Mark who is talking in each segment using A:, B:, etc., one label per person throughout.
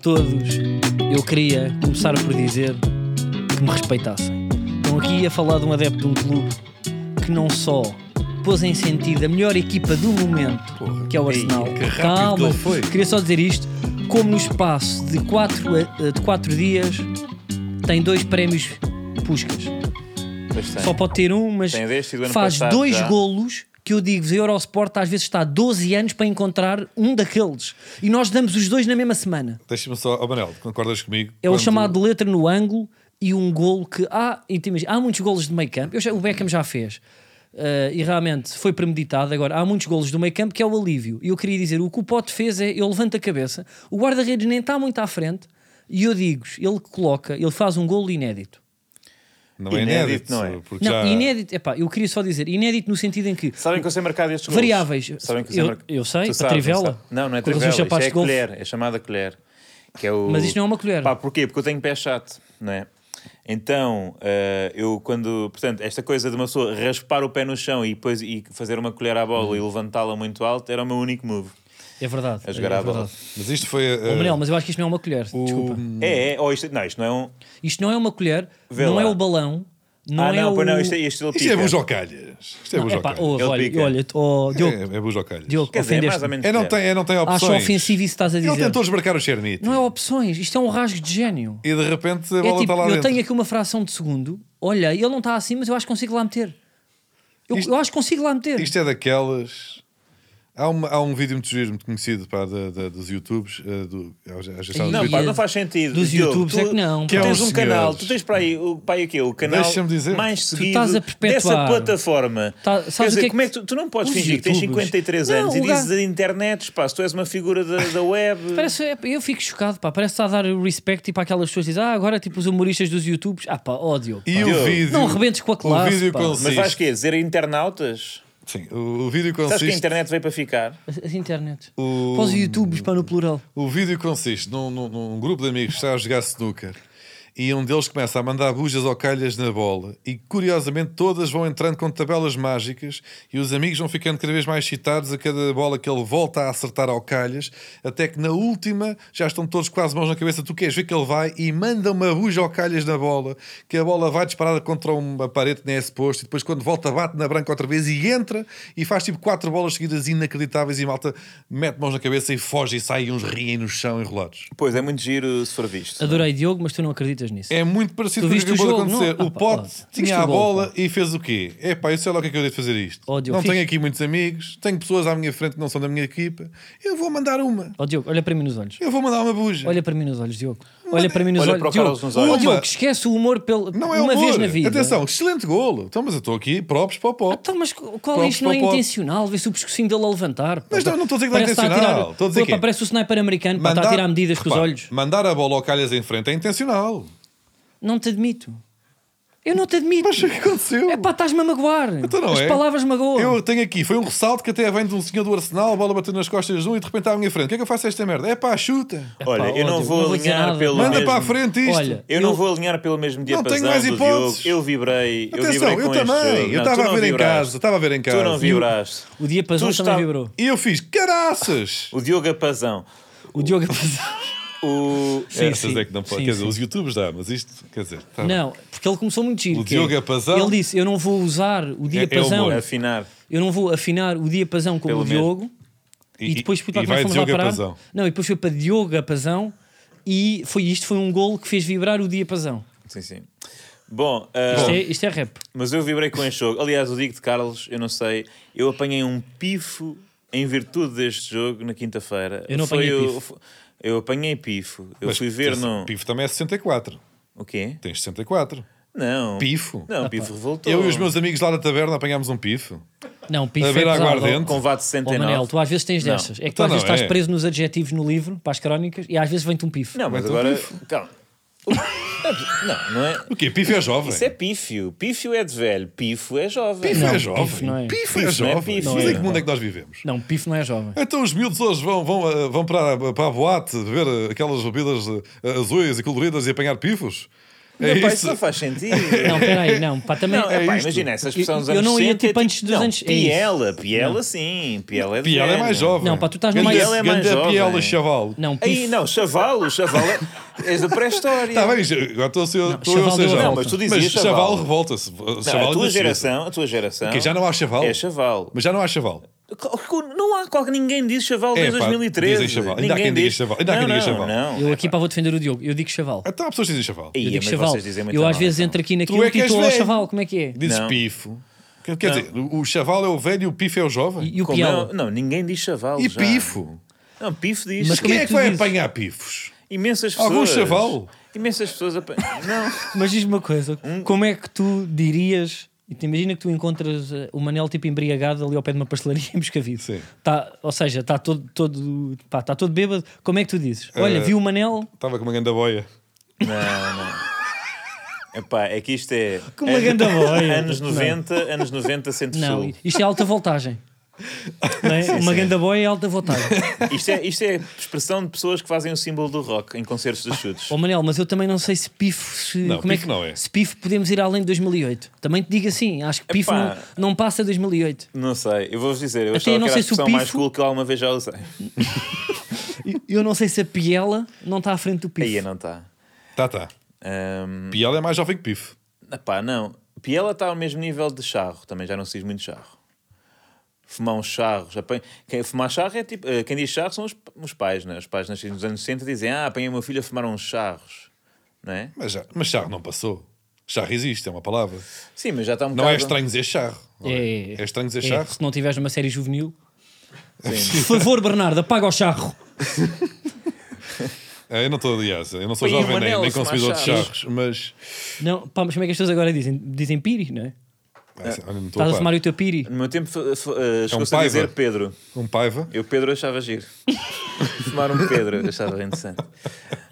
A: todos, eu queria começar por dizer que me respeitassem. Estão aqui a falar de um adepto de um clube que não só pôs em sentido a melhor equipa do momento,
B: Porra,
A: que é o
B: ei,
A: Arsenal.
B: que rápido que
A: Calma,
B: ele foi.
A: queria só dizer isto: como no espaço de 4 de quatro dias tem dois prémios Puscas.
C: Pois tem.
A: Só pode ter um, mas
C: Tem deste e do ano
A: faz
C: passado
A: dois
C: já.
A: golos que eu digo, a Eurosport às vezes está 12 anos para encontrar um daqueles. E nós damos os dois na mesma semana.
B: Deixa-me só, oh Manel, concordas comigo?
A: É o
B: Quando-
A: chamado letra no ângulo e um golo que há, e temos- há muitos golos de meio campo. Eu já- O Beckham já fez. Uh, e realmente foi premeditado. Agora, há muitos golos do meio campo que é o alívio. E eu queria dizer: o que o Pote fez é ele levanta a cabeça, o guarda-redes nem está muito à frente, e eu digo-vos: ele coloca, ele faz um golo inédito.
B: Não é
C: Inédito,
B: inédito,
C: não é?
B: Porque
A: Não,
B: já...
A: inédito, epá, eu queria só dizer: inédito no sentido em que
C: Sabem que eu sei marcar estes gols?
A: Variáveis.
C: Sabem que
A: Eu-
C: marcar-
A: eu sei,
C: Tu
A: a
C: sabes,
A: trivela.
C: sabes. Não, não é
A: Com os
C: trivela, isto
A: chapados
C: é
A: de golfe.
C: colher, é chamada colher. Que é o...
A: Mas isto não é uma colher.
C: Pá, porquê? Porque eu tenho pé chato, não é? Então, eh, eu quando... Portanto, esta coisa de uma pessoa raspar o pé no chão e depois e fazer uma colher à bola e levantá-la muito alto era o meu único move.
A: é verdade.
C: A jogar
A: é
C: à bola.
A: verdade.
B: Mas isto foi...
A: Oh,
B: eh,
A: Manel, mas eu acho que isto não é uma colher.
B: o-
A: Desculpa.
C: É, é. Ou isto, não, isto não é um...
A: Isto não é uma colher,
C: Vê
A: não
C: lá.
A: é o balão, não
C: ah,
A: é
C: não,
A: o.
C: pois não, isto, é- isto ele
B: Isto é
C: pica.
B: bujocalhas. Isto é
A: Epá,
B: bujocalhas.
A: ouve,
C: Ele
A: olha,
C: pica.
A: olha, oh, Diogo,
B: É, é bujocalhas.
A: Diogo
C: Quer dizer, é mais
A: ofendeste.
C: ou menos
B: É não,
C: colher.
B: tem, é não tem opções.
A: Acho ofensivo isso que estás a dizer.
B: Ele tentou desmarcar o Chernit.
A: Não é opções, isto é um rasgo de gênio.
B: E de repente a
A: É
B: bola
A: tipo,
B: está lá
A: eu
B: dentro.
A: tenho aqui uma fração de segundo, olha, ele não está assim, mas eu acho que consigo lá meter. Eu,
B: Isto-
A: eu acho que consigo lá meter.
B: Isto é daquelas. Há, uma, há um vídeo muito giro, muito conhecido pá, da- da- dos YouTubes. eh, do, eu já, eu já estava a
A: Não,
B: dizer-
C: Não, pá,
A: E
C: não
A: é-
C: faz sentido.
A: dos
C: Diogo,
A: YouTubes
C: tu-
A: é que não,
C: Tu
B: pá.
C: tens
B: Que é
C: um
B: os
C: canal,
B: senhores.
C: tu tens para aí, o, para aí o quê? O canal
B: Deixa-me dizer.
C: mais
A: Tu
C: seguido
A: estás a perpetuar.
C: dessa plataforma.
A: Tá-
C: Quer
A: sabes o que
C: dizer,
A: é que-
C: como é que tu, tu não podes
A: Os
C: fingir que tens
A: YouTubers.
C: 53
A: Não,
C: anos e
A: o gajo-
C: dizes da internet, pá, se tu és uma figura da, da web.
A: Parece, é, eu fico chocado, pá. Parece que está a dar respect tipo, àquelas pessoas que dizem, ah, agora tipo os humoristas dos YouTubes. Ah, pá, ódio.
B: E o vídeo.
A: Não arrebentes com a classe,
B: O vídeo
A: pá.
B: consiste.
C: Mas vais quê? Dizer internautas?
B: Sim, o, o vídeo
C: Sabes é que a
B: consiste.
C: internet veio para ficar?
A: As internet.
B: O-
A: Para os YouTubes, para no plural.
B: O vídeo consiste num, num- num grupo de amigos que está a jogar snooker e um deles começa a mandar bujas ou calhas na bola e curiosamente todas vão entrando com tabelas mágicas e os amigos vão ficando cada vez mais excitados a cada bola que ele volta a acertar ao calhas até que na última já estão todos quase mãos na cabeça tu queres ver que ele vai e manda uma buja ao calhas na bola que a bola vai disparada contra uma parede que nem é suposto e depois quando volta bate na branca outra vez e entra e faz tipo quatro bolas seguidas inacreditáveis e malta mete mãos na cabeça e foge e sai e uns riem no chão enrolados
C: Pois, é muito giro se for visto.
A: Adorei Diogo, mas tu não acreditas nisso.
B: é muito parecido
A: Tu
B: com o que
A: viste o
B: acabou de
A: jogo, não? Ah,
B: acontecer. o
A: pá,
B: Pote
A: olha. Viste
B: tinha a
A: o gol,
B: bola e fez o quê? Epá, eu sei lá o que é que eu devo fazer isto.
A: Ó, Diogo,
B: não
A: fiz-
B: tenho aqui muitos amigos, tenho pessoas à minha frente que não são da minha equipa. Eu vou mandar uma.
A: Ó Diogo, olha para mim nos olhos.
B: Eu vou mandar uma buja.
A: Olha para mim nos olhos, Diogo. Olha para mim nos
C: Olha
A: olhos.
C: para o
A: Diogo,
C: Carlos nos
A: Ó,
C: olhos.
A: Diogo,
B: Uma-
A: esquece o humor pelo...
B: não é
A: uma
B: humor.
A: vez na vida.
B: Atenção, excelente golo. Então, mas eu estou aqui, próprios para o
A: Ah,
B: Pote.
A: Então, mas co- qual
B: Para
A: é
B: o-
A: isto? Não é
B: para o-
A: intencional? Vê-se o pescocinho dele a levantar. pá.
B: Mas não, não estou a dizer que não é
A: Parece está a
B: intencional.
A: tirar-
B: Estou a dizer
A: Pô, pá,
B: que- é.
A: Parece o sniper americano, pá, está a tirar medidas com os
B: Repara,
A: olhos.
B: Mandar a bola ao calhas em frente é intencional.
A: Não te admito. Eu não te admito.
B: Mas o que aconteceu?
A: É pá, estás-me a magoar.
B: Então não
A: As
B: é?
A: palavras magoam.
B: Eu tenho aqui, foi um ressalto que até vem de um senhor do Arsenal, a bola bateu nas costas de um e de repente está à minha frente. O que é que eu faço a esta merda? É pá, chuta.
A: Epá,
C: Olha, eu não
A: ódio,
C: vou
A: não vou dizer
C: alinhar
A: nada.
C: pelo
B: Manda
C: mesmo...
B: para a frente isto.
A: Olha,
C: Eu não vou alinhar pelo mesmo dia
B: Não tenho mais
C: do Diogo.
B: hipóteses.
C: Eu vibrei. eu
B: Atenção,
C: vibrei
B: eu,
C: com este
B: também.
C: jogo.
B: Eu
C: Não, tu
B: estava a
C: não
B: ver em
C: vibraste.
B: casa. Estava a ver em casa.
C: Tu não vibraste.
A: O dia
C: Tu
A: passou
C: está-
A: também vibrou.
B: E eu fiz caraças!
C: O Diogo Apazão.
A: O Diogo passou.
C: O...
A: Sim,
B: Essas
A: sim.
B: é que não pode.
A: Sim,
B: quer dizer,
A: sim.
B: os youtubers dá, mas isto, quer dizer, tá bem.
A: Não, é porque ele começou muito giro.
B: O
A: que
B: Diogo
A: é-
B: Apazão-
A: Ele disse: Eu não vou usar o diapasão,
B: é humor.
C: Afinar.
A: eu não vou afinar o diapasão como
C: Pelo
A: o
C: mesmo.
A: Diogo. E, depois puto, lá, como é
B: vai
A: que fomos lá
B: Diogo
A: parar?
B: Apazão.
A: Não, e depois foi para Diogo Apazão e foi isto foi um golo que fez vibrar o diapasão.
C: Sim, sim. Bom, ah,
A: Isto, é, isto é rap.
C: mas eu vibrei com este jogo. Aliás, o Digo de Carlos, eu não sei, eu apanhei um pifo em virtude deste jogo na quinta-feira.
A: Eu não apanhei
C: o-
A: pifo.
C: fo- Eu apanhei pifo. Eu
B: Mas
C: fui ver
B: tens-
C: no.
B: Pifo também é 64.
C: O quê?
B: Tens 64.
C: Não.
B: Pifo.
C: Não, pifo revoltou.
B: Eu e os meus amigos lá na taberna apanhámos um pifo.
A: Não, pifo
B: A ver
A: é
B: a
A: pesado.
B: aguardente.
C: Com vá
A: Ó, Manel,
C: de 69.
A: tu às vezes tens
C: Não.
A: dessas. É que tu
B: Então
A: às vezes
B: não
A: estás
B: é.
A: preso nos adjetivos no livro, para as crónicas, e às vezes vem-te um pifo.
C: não, mas
B: Mas um
C: agora.
B: pifo.
C: Calma. não, não é.
B: O quê? Pifo é jovem.
C: Isso é pífio. Pífio é de velho. Pifo é jovem.
B: Pifo
A: Não,
B: é jovem.
A: pifo não é.
B: Pifo é
C: Pifo não é
B: jovem.
C: pifo.
B: Mas em
C: Não é.
B: que mundo é que nós vivemos?
A: Não, pifo não é jovem.
B: Então os miúdos hoje vão, vão, eh, vão para, a- para a boate beber eh, aquelas bebidas eh, azuis e coloridas e apanhar pifos? É
C: Epá,
B: isso.
C: isso não faz sentido.
A: Não, peraí, não, pá, também. é
C: Não, é epá,
B: isto.
C: imagina, essa
A: Eu-
C: expressão dos
A: eu
C: anos
A: não ia,
C: 60 é
A: tipo, antes dos
C: não,
A: anos- é isso.
C: Piela, Piela sim, Piela é de
B: Piela é mais
C: género.
B: jovem.
A: Não, pá, tu estás no
B: Ganda-
A: mais-
C: Ele é mais
B: ganda
C: jovem.
B: Piela, chaval.
A: Não, pif.
C: Aí, não, Chaval, o Chaval é, és da pré-história.
B: Está Tá bem, já- agora estou a ser estou eu a
A: chaval
B: ser
A: deu a
B: jovem.
A: volta. Não, mas
C: tu dizias chaval.
B: chaval revolta-se. Chaval
C: Não, a tua
B: ainda se-
C: geração, a tua geração.
B: Ok, já não há chaval?
C: É Chaval.
B: Mas já não há chaval.
C: Não há qual ninguém diz Chaval
B: É,
C: desde
B: pá,
C: 2013.
B: dizem chaval. Ainda há
C: Ninguém
B: quem diga
C: diz.
B: chaval. Ainda há quem
C: Não,
B: diga
C: não,
B: chaval.
C: Não,
A: Eu aqui para vou defender o Diogo, eu digo chaval.
B: Então há pessoas que dizem chaval.
C: Ia,
A: Eu digo
C: mas
A: chaval.
C: vocês dizem muito
A: Eu às
C: mal,
A: vezes
C: então.
A: entro aqui
B: Tu
A: naquilo
B: é
A: e
B: que és
A: estou ao
B: velho.
A: chaval, como é que é?
B: Dizes
C: Não. Então.
B: pifo. Quer, quer dizer, o o chaval é o velho e o pifo é o jovem.
A: E o
C: Como
A: Piala?
C: não, não, ninguém diz Chaval.
B: E
C: já.
B: pifo?
C: Não, Pifo diz.
A: Mas como
B: Quem
A: é que
B: é que
A: tu
B: vai
A: dizes?
B: apanhar pifos?
C: Imensas pessoas.
B: Algum chaval?
C: Imensas pessoas apanham. Não.
A: Mas diz-me uma coisa,
B: Um.
A: como é que tu dirias? e te Imagina que tu encontras eh, o Manel tipo embriagado ali ao pé de uma pastelaria em Moscavide.
B: Sim.
A: Tá, ou seja, está todo, todo, pá, tá todo bêbado. Como é que tu dizes? Olha,
B: Eh,
A: vi o Manel
B: Estava com uma ganda boia.
C: Não, não. Epá, é que isto é.
A: com uma grande boia.
C: Anos 90, anos 90,
A: Não,
C: centro-sul.
A: isto é alta voltagem. Não é? Uma
C: sim.
A: ganda boia é alta voltagem.
C: Isto é, isto é expressão de pessoas que fazem o símbolo do rock em concertos dos chutes.
A: Ó Manel, mas eu também não sei se pifo. Se,
B: Não,
A: como
B: pifo
A: é que,
B: não é.
A: Se pifo podemos ir além de 2008. Também te digo assim, acho que pifo não,
C: Epá.
A: não passa 2008.
C: Não sei, eu vou-vos dizer, eu
A: Até
C: achava
A: eu não
C: que era
A: sei
C: a
A: se o
C: expressão mais
A: pifo-
C: cool que alguma vez já usei.
A: Eu não sei se a piela não está à frente do pifo.
B: é
C: Aí não está.
B: Tá, tá.
C: Ahm,
B: Piela é mais jovem que pifo.
C: epá, não. Piela está ao mesmo nível de charro, também já não se diz muito charro. Fumar um charro, já apanha- quem, fumar charro é tipo. eh, Quem diz charro são os, os pais, né? Os pais nascidos nos anos 60 dizem, ah, apanhei o meu filho a fumar uns charros, não é?
B: Mas, já, mas charro não passou. Charro existe, é uma palavra.
C: Sim, mas já está um
B: Não
C: bocado.
B: é estranho dizer charro. não
A: É,
B: É estranho dizer
A: é,
B: charro.
A: Se não tiveres numa série juvenil.
C: Sim.
A: Por favor, Bernardo, apaga o charro.
B: É, Eu não estou, aliás, eu não sou
C: Põe aí
B: jovem
C: um
B: nem,
C: anel,
B: nem
C: se não
B: consumidor de
C: achares.
B: charros, mas.
A: Não, pá, mas como é que as pessoas agora dizem? Dizem piri, não é?
B: Ah, sim, olha, não estou
A: Estás a
B: a
A: fumar
B: par.
A: o teu piri.
C: No meu tempo f- f- eh, chegou-se a
B: É um paiva.
C: dizer Pedro.
B: Um paiva?
C: Eu Pedro achava giro. Fumar um Pedro achava interessante.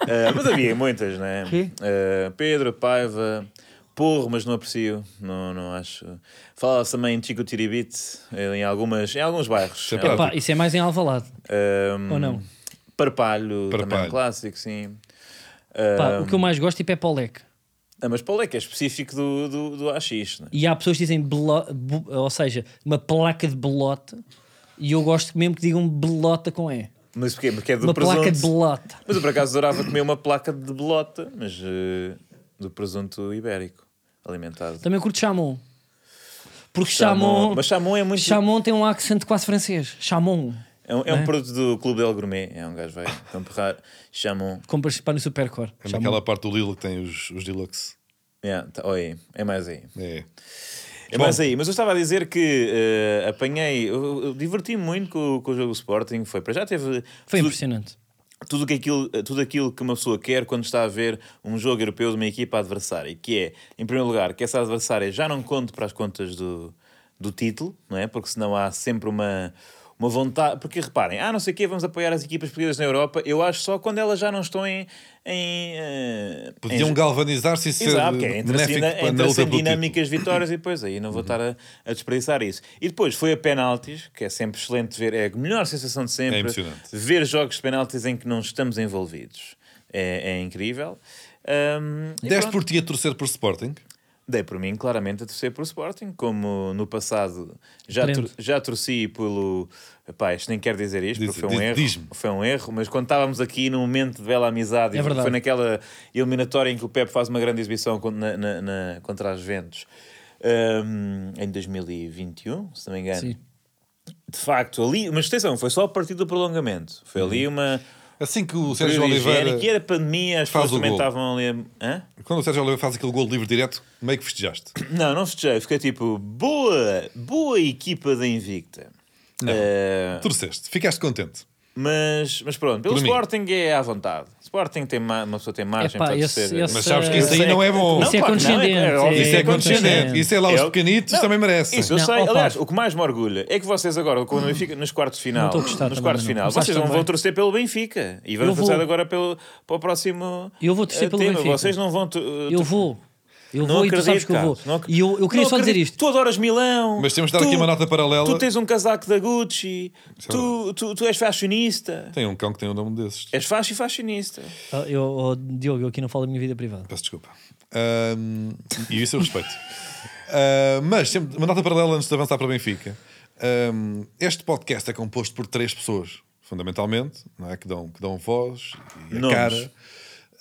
C: Ah, mas havia muitas, não é?
A: Quê?
C: Ah, Pedro, Paiva, Porro, mas não aprecio. Não, não acho. Falava-se também em Chico Tiribite, eh, em, algumas, em alguns bairros.
B: Isso é
C: Em
B: prático.
A: Pá, isso é mais em Alvalade,
C: algum-
A: ou não?
C: Parpalho, também é um
B: Parpalho.
C: clássico, sim. Eh,
A: Pá, o que eu mais gosto tipo, é Polec.
C: Ah, mas Paulo é que é específico do, do, do AX, não é?
A: E há pessoas que dizem, belo- bu- ou seja, uma placa de belota. E eu gosto mesmo que digam belota com E.
C: Mas porquê? Porque é do
A: Uma
C: presunto.
A: placa de belota.
C: Mas eu por acaso adorava comer uma placa de belota, mas eh, do presunto ibérico, alimentado.
A: Também curto chamon. Porque chamon,
C: Mas chamon é muito.
A: chamon né? tem um accent quase francês. Chamon.
C: É, um, é um produto do Clube Del Gourmet. É um gajo vai comprar. Chamon.
A: Compras para no Supercore.
B: É naquela parte do Lilo que tem os, os deluxe.
C: Yeah, tá, oi, é mais aí.
B: É.
C: É mais aí. Mas eu estava a dizer que eh, apanhei. Eu, eu diverti-me muito com, o- com o jogo do Sporting. Foi para já teve.
A: Foi
C: tudo-
A: impressionante.
C: tudo, que aquilo, tudo aquilo que uma pessoa quer quando está a ver um jogo europeu de uma equipa adversária, que é, em primeiro lugar, que essa adversária já não conte para as contas do, do título, não é? Porque senão há sempre uma, uma vontade. Porque reparem, ah, não sei o quê, vamos apoiar as equipas portuguesas na Europa, eu acho só quando elas já não estão em. em eh,
B: Podiam
C: em-
B: galvanizar-se e ser
C: Exato, que é, entra-se
B: benéfico
C: na-
B: para- na
C: entra-se
B: luta
C: em
B: pelo título.
C: dinâmicas vitórias e depois aí não
B: Uhum.
C: vou estar a, a desperdiçar isso. E depois foi a penaltis, que é sempre excelente ver, é a melhor sensação de sempre.
B: É impressionante.
C: ver jogos de penaltis em que não estamos envolvidos. É, é incrível. Ahm, e
B: Deste
C: pronto.
B: por ti a torcer por Sporting?
C: Dei por mim claramente a torcer por Sporting, como no passado já,
A: Trento.
C: tor- já torci pelo. Epá, isto nem quer dizer isto,
B: Diz-
C: porque foi um
B: diz-
C: erro.
B: diz-me.
C: Foi um erro, mas quando estávamos aqui num momento de bela amizade,
A: É
C: e
A: verdade.
C: foi naquela eliminatória em que o Pepe faz uma grande exibição con- na- na- na- contra as Ventos em 2021, se não me engano.
A: Sim.
C: De facto, ali. Mas atenção, foi só a partir do prolongamento. Foi ali uma.
B: Assim que o Sérgio
C: período higiênico, E
B: Oliveira.
C: era pandemia, as
B: faz
C: pessoas
B: o
C: também
B: golo.
C: estavam ali. a- Hã?
B: Quando o Sérgio Oliveira faz aquele gol livre direto, meio que festejaste.
C: Não, não festejei. Fiquei tipo, boa, boa equipa da Invicta. Eh,
B: Torceste, ficaste contente.
C: mas, mas pronto, pelo
B: Por mim.
C: Sporting é à vontade. Sporting tem ma- uma pessoa tem margem
A: Epá,
C: para
A: esse-
C: torcer.
A: esse-
B: Mas sabes que isso
A: Isso
B: aí não é bom.
A: Isso é
C: claro que não,
A: condescendente.
C: é óbvio,
B: Isso é
C: condescendente.
B: condescendente. Isso é lá os
C: Eu-
B: pequenitos
C: Não,
B: também merecem.
C: Isso eu
A: Não,
C: sei.
A: opa.
C: Aliás, o que mais me orgulha é que vocês agora, quando o Benfica, nos quartos de
A: Não
C: final,
A: estou a gostar
C: nos
A: também,
C: quartos de
A: não.
C: final,
A: Começaste
C: vocês não
A: também.
C: vão torcer pelo Benfica e vamos
A: Eu vou.
C: passar agora pelo, para o próximo
A: Eu vou torcer
C: eh,
A: pelo
C: tema.
A: Benfica.
C: Vocês não vão. to-
A: Eu vou. Eu
C: Não
A: vou
C: acredito,
A: e tu sabes que eu vou.
C: Carlos, não ac-
A: E eu, eu queria
C: Não
A: só dizer
C: acredito.
A: isto.
C: Tu adoras Milão.
B: Mas temos de dar
C: tu-
B: aqui uma nota paralela.
C: Tu tens um casaco da Gucci.
B: é
C: Tu, tu, tu és fashionista.
B: Tem um cão
C: É.
B: que tem um nome desses.
C: És facho e fashionista.
A: Ah, Eu, oh, Diogo, eu aqui não falo da minha vida privada.
B: Peço desculpa. Ahm, e isso eu respeito. Ah, mas, sempre, uma nota paralela antes de avançar para Benfica. Ahm, este podcast é composto por três pessoas, fundamentalmente, não é? que, dão, que dão voz e a
C: Nomes.
B: cara.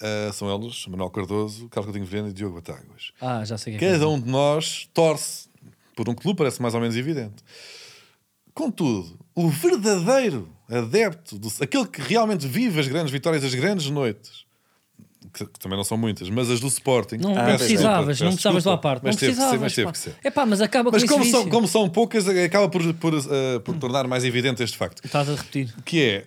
B: Ah, são eles, Manuel Cardoso, Carlos Coutinho Vilhena e Diogo Batáguas.
A: Ah, já sei quem é.
B: Cada um de nós torce por um clube, parece mais ou menos evidente. Contudo, o verdadeiro adepto, do- aquele que realmente vive as grandes vitórias, as grandes noites, que, que também não são muitas, mas as do Sporting.
A: é. Não,
C: Ah,
B: peço
C: é.
A: não
B: desculpa,
A: precisavas,
B: peço
A: não precisavas
B: desculpa,
A: lá à parte.
B: Mas
A: não
B: teve que ser,
A: precisavas.
B: mas teve
A: pá.
B: que ser.
A: É pá, mas acaba
B: Mas
A: com
B: como
A: esse
B: são,
A: vício.
B: como são poucas, acaba por, por, eh, por tornar mais evidente este facto.
A: Estás a repetir.
B: Que é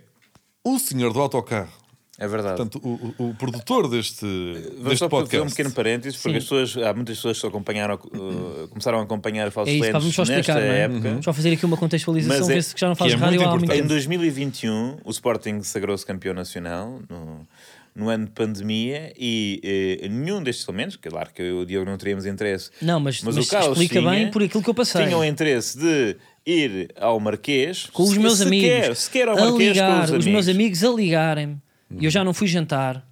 B: o senhor do autocarro,
C: É verdade.
B: portanto, o, o- o produtor deste,
C: Vamos
B: deste
C: só fazer um
B: podcast.
C: pequeno parênteses, porque as pessoas, há muitas pessoas que acompanharam, uh, começaram a acompanhar
A: É
C: Falsos
A: isso, pá,
C: Lentes
A: vamos só
C: nesta
A: explicar, não é?
C: época.
A: Só fazer aqui uma contextualização,
C: Mas é-
A: ver-se que já não
B: que é
A: faz rádio
B: muito
A: há muito
B: importante.
C: Em
A: tempo.
C: 2021, o Sporting sagrou-se campeão nacional no, no ano de pandemia e eh, nenhum destes elementos, que claro que eu e o Diogo não teríamos interesse,
A: Não, mas- mas
C: o Carlos
A: explica
C: tinha-
A: bem por aquilo que eu passei.
C: Tinham interesse de ir ao Marquês
A: Com os
C: se-
A: meus amigos.
C: sequer, Sequer ao
A: a
C: Marquês
A: ligar,
C: com os, amigos.
A: meus amigos a ligarem-me. E eu já não fui jantar.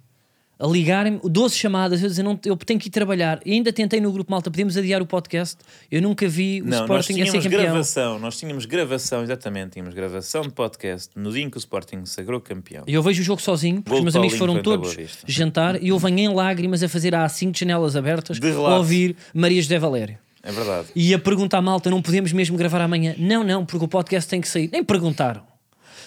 A: A ligarem-me, 12 chamadas, eu dizer, não, eu tenho que ir trabalhar. E ainda tentei no grupo malta, podemos adiar o podcast. Eu nunca vi o
C: Não, nós
A: Sporting a ser
C: tínhamos
A: campeão.
C: gravação, nós tínhamos gravação, exatamente, tínhamos gravação de podcast no dia em que o Sporting sagrou campeão.
A: E eu vejo o jogo sozinho, porque
C: Gol
A: os meus
C: de
A: amigos
C: Paulinho
A: foram
C: frente à
A: todos
C: Boa Vista.
A: jantar e eu venho em lágrimas a fazer há cinco janelas abertas
C: De
A: a
C: relato.
A: ouvir Maria José Valério.
C: É verdade.
A: E a pergunta à malta, não podemos mesmo gravar amanhã? Não, não, porque o podcast tem que sair. Nem perguntaram.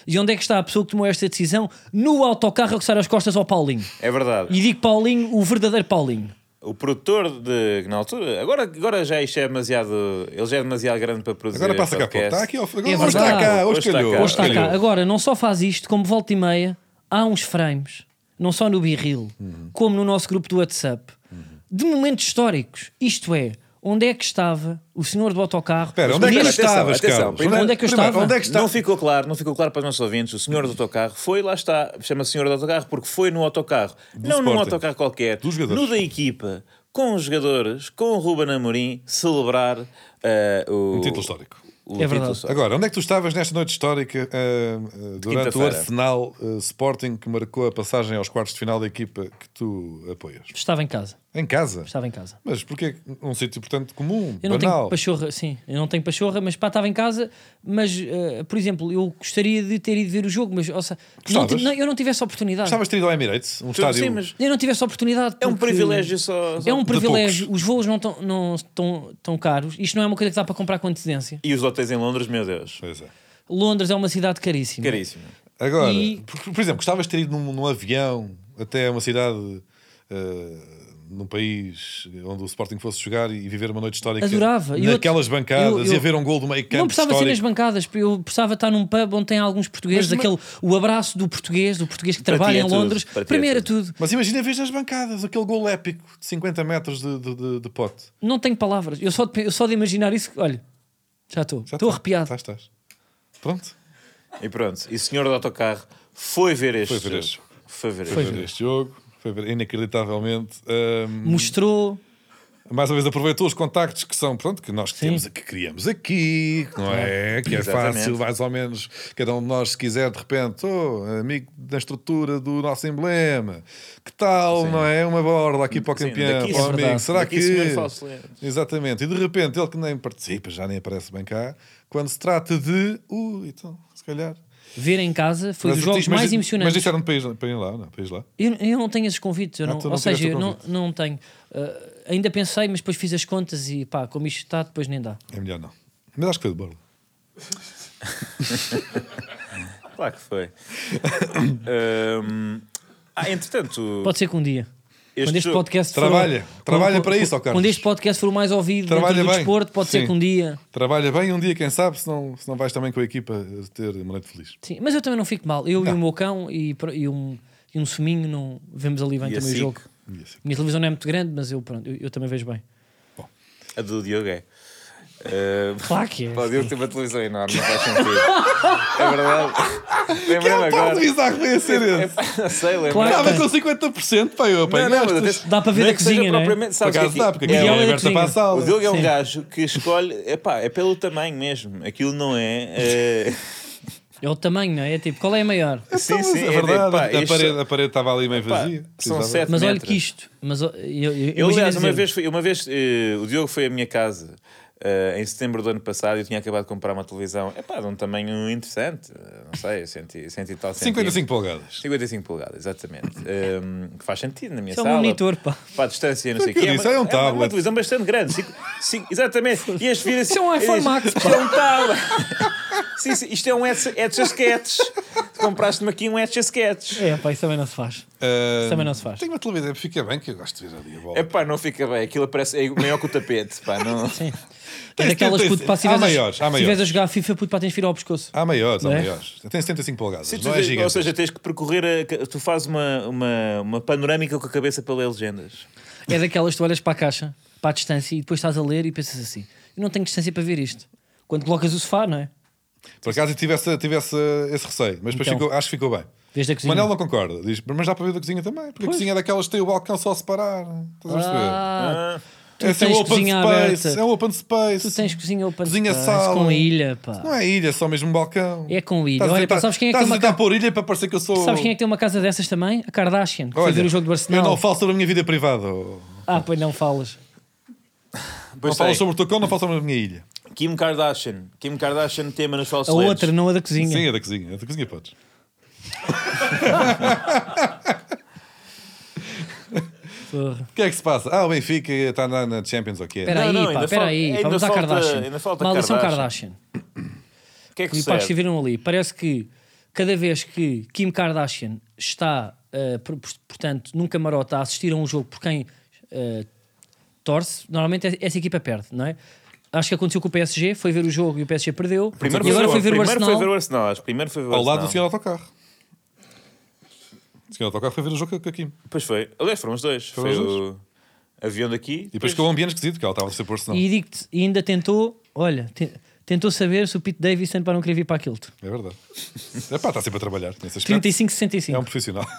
A: E onde é que está a pessoa que tomou esta decisão? No autocarro a coçar as costas ao Paulinho.
C: É verdade.
A: E digo Paulinho, o verdadeiro Paulinho.
C: O produtor de. que Na altura. Agora, agora já isto é demasiado. Ele já é demasiado grande para produzir.
B: Agora passa cá, pô.
C: podcast.
B: Está aqui, ó, agora,
A: É
B: hoje está
A: verdade.
B: cá, hoje,
C: Hoje está
B: calhou.
C: cá.
A: Hoje está cá.
B: calhou.
A: Agora, não só faz isto, como volta e meia, há uns frames, não só no Birril,
B: Uhum.
A: como no nosso grupo do WhatsApp, de momentos históricos. Isto é, onde é que estava o senhor do autocarro?
B: Espera, onde é que
A: Podia-
B: tu
C: atenção,
B: estavas,
C: atenção,
B: Carlos?
C: primeiro-
A: Onde é que eu
B: primeiro,
A: estava?
B: Onde é que está?
C: Não ficou claro, não ficou claro para os nossos ouvintes. O senhor do autocarro foi, lá está, chama-se senhor do autocarro porque foi no autocarro. não num
B: Sporting.
C: autocarro qualquer,
B: Dos jogadores.
C: no da equipa, com os jogadores, com o Ruben Amorim, celebrar eh, o.
B: Um título histórico.
C: o
A: É verdade.
C: título só.
B: Agora, onde é que tu estavas nesta noite histórica ah, ah, durante o
C: Quinta-feira.
B: Arsenal ah, Sporting que marcou a passagem aos quartos de final da equipa que tu apoias?
A: Estava em casa,
B: Em casa?
A: estava em casa.
B: Mas porquê um sítio, portanto, comum,
A: Eu não tenho
B: banal?
A: pachorra, sim, eu não tenho pachorra, mas pá, estava em casa, mas, eh, por exemplo, eu gostaria de ter ido ver o jogo, mas, ou seja, não
B: Gostavas?
A: ti- não- eu não tive essa oportunidade.
B: Estavas ter ido ao Emirates, um
C: Tu-
B: estádio...
C: Sim, mas
A: Eu não tive essa oportunidade.
C: é um
A: porque-
C: privilégio só. só-
A: É um
B: de
A: privilégio. Os voos não estão não tão, tão caros. Isto não é uma coisa que dá para comprar com antecedência.
C: E os hotéis em Londres, meu Deus.
B: Pois é.
A: Londres é uma cidade caríssima.
C: Caríssimo.
B: Agora,
A: E-
B: por, por exemplo, gostavas de ter ido num, num avião até uma cidade... ah, num país onde o Sporting fosse jogar e viver uma noite histórica
A: Adorava. E outro-
B: naquelas bancadas
A: eu- eu-
B: e a ver um gol do meio campo
A: Não precisava ser nas
B: histórico.
A: bancadas, eu precisava estar num pub onde tem alguns portugueses,
B: Mas-
A: aquele, o abraço do português, do português que
C: Para ti
A: trabalha
C: é
A: em
C: tudo,
A: Londres.
C: para ti é
A: Primeiro é
C: tudo.
A: tudo.
B: Mas imagina, vês nas bancadas aquele gol épico de 50 metros de, de, de- de pote.
A: Não tenho palavras. Eu só, de- eu só de imaginar isso, olha, já estou.
B: Já
A: Estou
B: tá.
A: arrepiado.
B: Estás, estás. Pronto.
C: E pronto, e o senhor do autocarro foi ver este.
B: Foi ver este.
C: jogo. Foi ver
A: Foi
B: Foi
C: este.
B: ver
A: ver.
B: este jogo. Foi ver, inacreditavelmente. ehm, Ahm,
A: Mostrou.
B: mais uma vez aproveitou os contactos que são, pronto, que nós temos, que criamos aqui, que não é? Que é
C: Exatamente.
B: fácil, mais ou menos, cada um de nós, se quiser, de repente, oh, amigo da estrutura do nosso emblema, que tal, não é? Uma borda aqui para o
C: Sim,
B: campeão,
C: daqui-
B: para o
A: É
B: amigo,
A: verdade. é
B: será
C: Daqui,
B: que.
C: senhor Falso Lemos.
B: Exatamente, e de repente ele que nem participa, já nem aparece bem cá, quando se trata de. Uh, então, se calhar.
A: Ver em casa foi dos
B: Mas-
A: jogos
B: mas-
A: mais
B: Mas
A: emocionantes.
B: disseram para ir, para ir lá, não? é? Para ir lá.
A: Eu, eu não tenho esses convites, eu
B: Ah,
A: não,
B: tu não
A: ou seja,
B: tiveste
A: eu
B: o
A: não,
B: convite.
A: não tenho. Ah, ainda pensei, mas depois fiz as contas e pá, como isto está, depois nem dá.
B: É melhor não. Mas acho que foi de borla.
C: Claro que foi. Ahm, ah, entretanto,
A: Pode ser que um dia.
C: Este
A: quando este
C: jogo-
A: podcast for-
B: Trabalha. Trabalha
A: quando-
B: para isso, ó
A: quando,
B: Carlos.
A: este podcast for o mais ouvido
B: Trabalha
A: dentro do
B: bem.
A: desporto, pode ser
B: Sim.
A: que um dia.
B: Trabalha bem um dia, quem sabe, se não, se não vais também com a equipa ter uma noite feliz.
A: Sim, mas eu também não fico mal. Eu e o meu cão e, pro- e um, e um suminho não vemos ali bem
C: E a
A: também o
C: SIC?
A: jogo.
B: E assim.
A: Minha televisão não é muito grande, mas eu pronto, eu, eu também vejo bem.
C: a do Diogo é. Ahm,
A: Claro que é.
C: pá, o Diogo tem uma televisão enorme, não faz sentido. é verdade. Lembrei-me
B: Aquele
C: agora.
B: tal de bizarro vai ser esse.
C: É, não sei, lembrei
A: Claro.
B: Estava com 50%, pá, eu apanhei.
C: mas até-
A: Dá para ver
C: não é
A: da
C: que seja
A: cozinha, não é?
C: propriamente-
B: Por
C: sabes
B: acaso
C: que aqui- um
B: dá, porque a
A: é
B: cozinha
A: ela
B: é
A: da
B: aberta
A: cozinha.
B: para a sala.
C: O Diogo é um
A: Sim.
C: gajo que escolhe, epá, é pelo tamanho mesmo. Aquilo não é. eh,
A: É o tamanho, não é? É tipo, qual é a maior?
B: Sim,
C: sim,
B: sim,
C: é
B: é verdade.
C: pá,
B: a,
C: isto-
B: parede, a parede estava ali meio
C: Pá,
B: vazia.
C: são
B: precisava.
C: sete
A: Mas olha
C: metros.
A: que isto. Mas, ó, eu, eu,
C: Eu,
A: imagina
C: aliás, uma
A: dizer-
C: vez, fui- uma vez eh, o Diogo foi à minha casa eh, em setembro do ano passado e eu tinha acabado de comprar uma televisão epá, de um tamanho interessante, eh, não sei, 100 cento e tal centímetros.
B: 55 polegadas.
C: 55 polegadas, exatamente. Ehm, que faz sentido na minha
A: Isso é um
C: sala.
A: monitor, pá.
C: Para a distância, não sei o
B: que
C: quê.
B: eu disse,
C: uma,
B: é um
C: uma,
B: tablet.
C: televisão bastante grande. Cinco- cinco- exatamente. E as filhas.
A: Isso é um iPhone
C: eles-
A: Max,
C: Isto é um tablet. sim, sim, isto é um Etch Etch a Sketch. Tu Compraste-me aqui um Etch a Sketch.
A: É, pá, isso também não se faz.
B: Ah,
A: também não se faz.
B: Tenho uma televisão, fica bem que eu gosto de ver ali a bola.
C: É pá, não fica bem. Aquilo parece é maior que o tapete. Pá, não.
A: É daquelas
B: tem-
A: puto, pá, se
B: há
A: tiveres a-
B: maiores, há
A: se
B: maiores.
A: tiveres a jogar a FIFA, puto, pá, tens de virar ao pescoço.
B: Há maiores, há
A: Não é?
B: maiores. Tem 75 polegadas,
C: Se tu-
B: não é
C: ou
B: gigante.
C: seja, tens que percorrer. a- tu fazes uma, uma, uma panorâmica com a cabeça pelas legendas.
A: É daquelas tu olhas para a caixa, para a distância, e depois estás a ler e pensas assim: eu não tenho distância para ver isto. Quando colocas o sofá, não é?
B: Por acaso eu tive, essa- tive essa- esse receio, mas depois
A: Então.
B: ficou- acho que ficou bem.
A: Desde a cozinha.
B: Manel não concorda, diz, mas dá para ver da cozinha também, porque a cozinha é daquelas que tem o balcão só a separar. Estás a perceber?
A: Ah,
C: Ah,
A: tu
B: é assim, um
A: tens
B: open
A: cozinha
B: space.
A: aberta.
B: É um open space.
A: tu tens cozinha open
B: Cozinha
A: space
B: sala.
A: com a ilha, pá.
B: Não é ilha, é só mesmo um balcão.
A: É com ilha.
B: Estás a
A: Olha,
B: tentar-
A: pá, sabes quem é que
B: estás
A: tem
B: a
A: uma
B: tentar
A: ca-
B: pôr ilha para parecer que eu sou.
A: Sabes quem é que tem uma casa dessas também? A Kardashian, que foi
B: Olha,
A: ver o jogo do Barcelona.
B: Eu não falo sobre a minha vida privada. ou-
A: Ah, pois não falas.
B: Não
C: pois
B: falo
C: tem.
B: sobre o teu cão, não falo sobre a minha ilha.
C: Kim Kardashian. Kim Kardashian tema nas falsas
A: A outra, não a da cozinha.
B: Sim, é da cozinha. É da cozinha, podes.
A: Porra.
B: O que é que se passa? Ah, o Benfica está na, na Champions, ou o que é?
A: Espera
C: não,
A: aí,
C: ainda
A: pá, espera
C: falta-
A: aí.
C: ainda
A: Vamos à
C: falta-
A: Kardashian.
C: ainda falta
A: Maldição
C: Kardashian.
A: Kardashian.
C: O que
A: E pá,
C: é que
A: que
C: sucede?
A: escreveram ali. Parece que cada vez que Kim Kardashian está, eh, por- por- portanto, num camarote a assistir a um jogo por quem eh, torce, normalmente e- essa equipa perde, não é? Acho que aconteceu com o PSG, foi ver o jogo e o PSG perdeu.
C: Primeiro
A: e
C: foi,
A: agora
C: ver,
A: foi ver o
C: primeiro
A: Arsenal.
C: foi ver o Arsenal, acho. Primeiro foi ver o
B: Ao lado do senhor
C: Arsenal.
B: autocarro. O senhor autocarro foi ver o jogo com a Kim.
C: Depois foi. Aliás, foram os dois.
B: Foram
C: foi
B: os
C: o avião daqui.
B: E depois ficou um ambiente esquisito, que ela estava a ser por senão.
A: E digo-te, e ainda tentou, olha, te- tentou saber se o Pete Davis para não querer vir para aquilo.
B: É verdade. Epá, está sempre a trabalhar. Nesse aspecto.
A: 35-65.
B: É um profissional.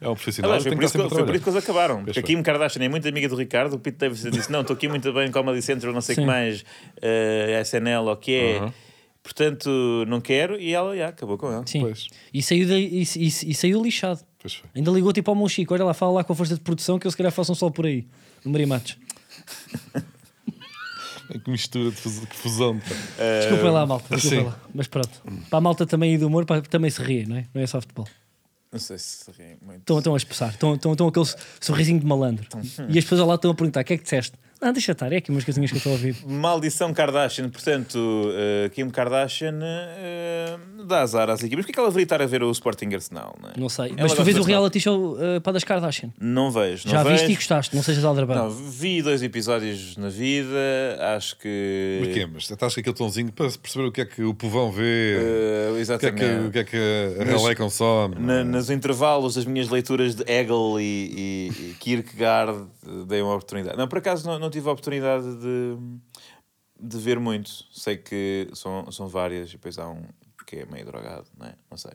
B: é um profissional.
C: Aliás,
B: que
C: foi,
B: tem
C: por
B: que estar sempre
C: isso que,
B: a
C: foi por
B: trabalhar.
C: isso que eles acabaram.
B: Pois
C: Porque a
B: foi.
C: Kim Kardashian é muito amiga do Ricardo. O Pete Davidson disse: Não, estou aqui muito bem, Comedy Central, não sei o que
A: Sim.
C: mais, eh, SNL ou o que é.
B: Uhum.
C: Portanto, não quero. E ela já, acabou com ela.
A: Sim.
B: Pois.
A: E, saiu da- e- e- e saiu lixado.
B: Pois foi.
A: Ainda ligou tipo ao meu Chico, olha lá, fala lá com a força de produção que eu se calhar faço um sol por aí, no Maria Matos.
B: É Que mistura de fus- que fusão. pá.
A: Desculpem lá, malta,
B: Ah, sim.
A: desculpem lá. Mas pronto, para a malta também e do humor, para, também se rir, não é? Não é só futebol.
C: Não sei se riem muito.
A: Estão, estão a expressar, estão, estão, estão aquele sorrisinho de malandro.
C: Uhum.
A: E as pessoas lá estão a perguntar: o que é que disseste? Ah, deixa estar, é aqui umas coisinhas que eu estou a ouvir.
C: Maldição Kardashian, portanto, eh, Kim Kardashian eh, dá azar às equipas. Porque é que ela deveria estar a ver o Sporting Arsenal? Não, é?
A: Não sei.
C: Ela
A: Mas
C: gosta
A: tu vês
C: do
A: o
C: Arsenal.
A: reality show eh, para das Kardashian.
C: Não vejo. Não
A: Já
C: vejo.
A: viste e gostaste, não sejas aldrabão.
C: Não, vi dois episódios na vida, acho que. eh,
B: Mas quê? Mas estás com aquele tonzinho para perceber o que é que o povão vê,
C: Eh,
B: o que é
C: exatamente.
B: que, o que, é que a
C: Mas-
B: relé consome.
A: é?
C: Na- nos intervalos das minhas leituras de Hegel e, e- e Kierkegaard, eh, dei uma oportunidade. Não, por acaso não, não tive a oportunidade de, de ver muito. Sei que são, são várias, e depois há um que é meio drogado, não é? Não sei.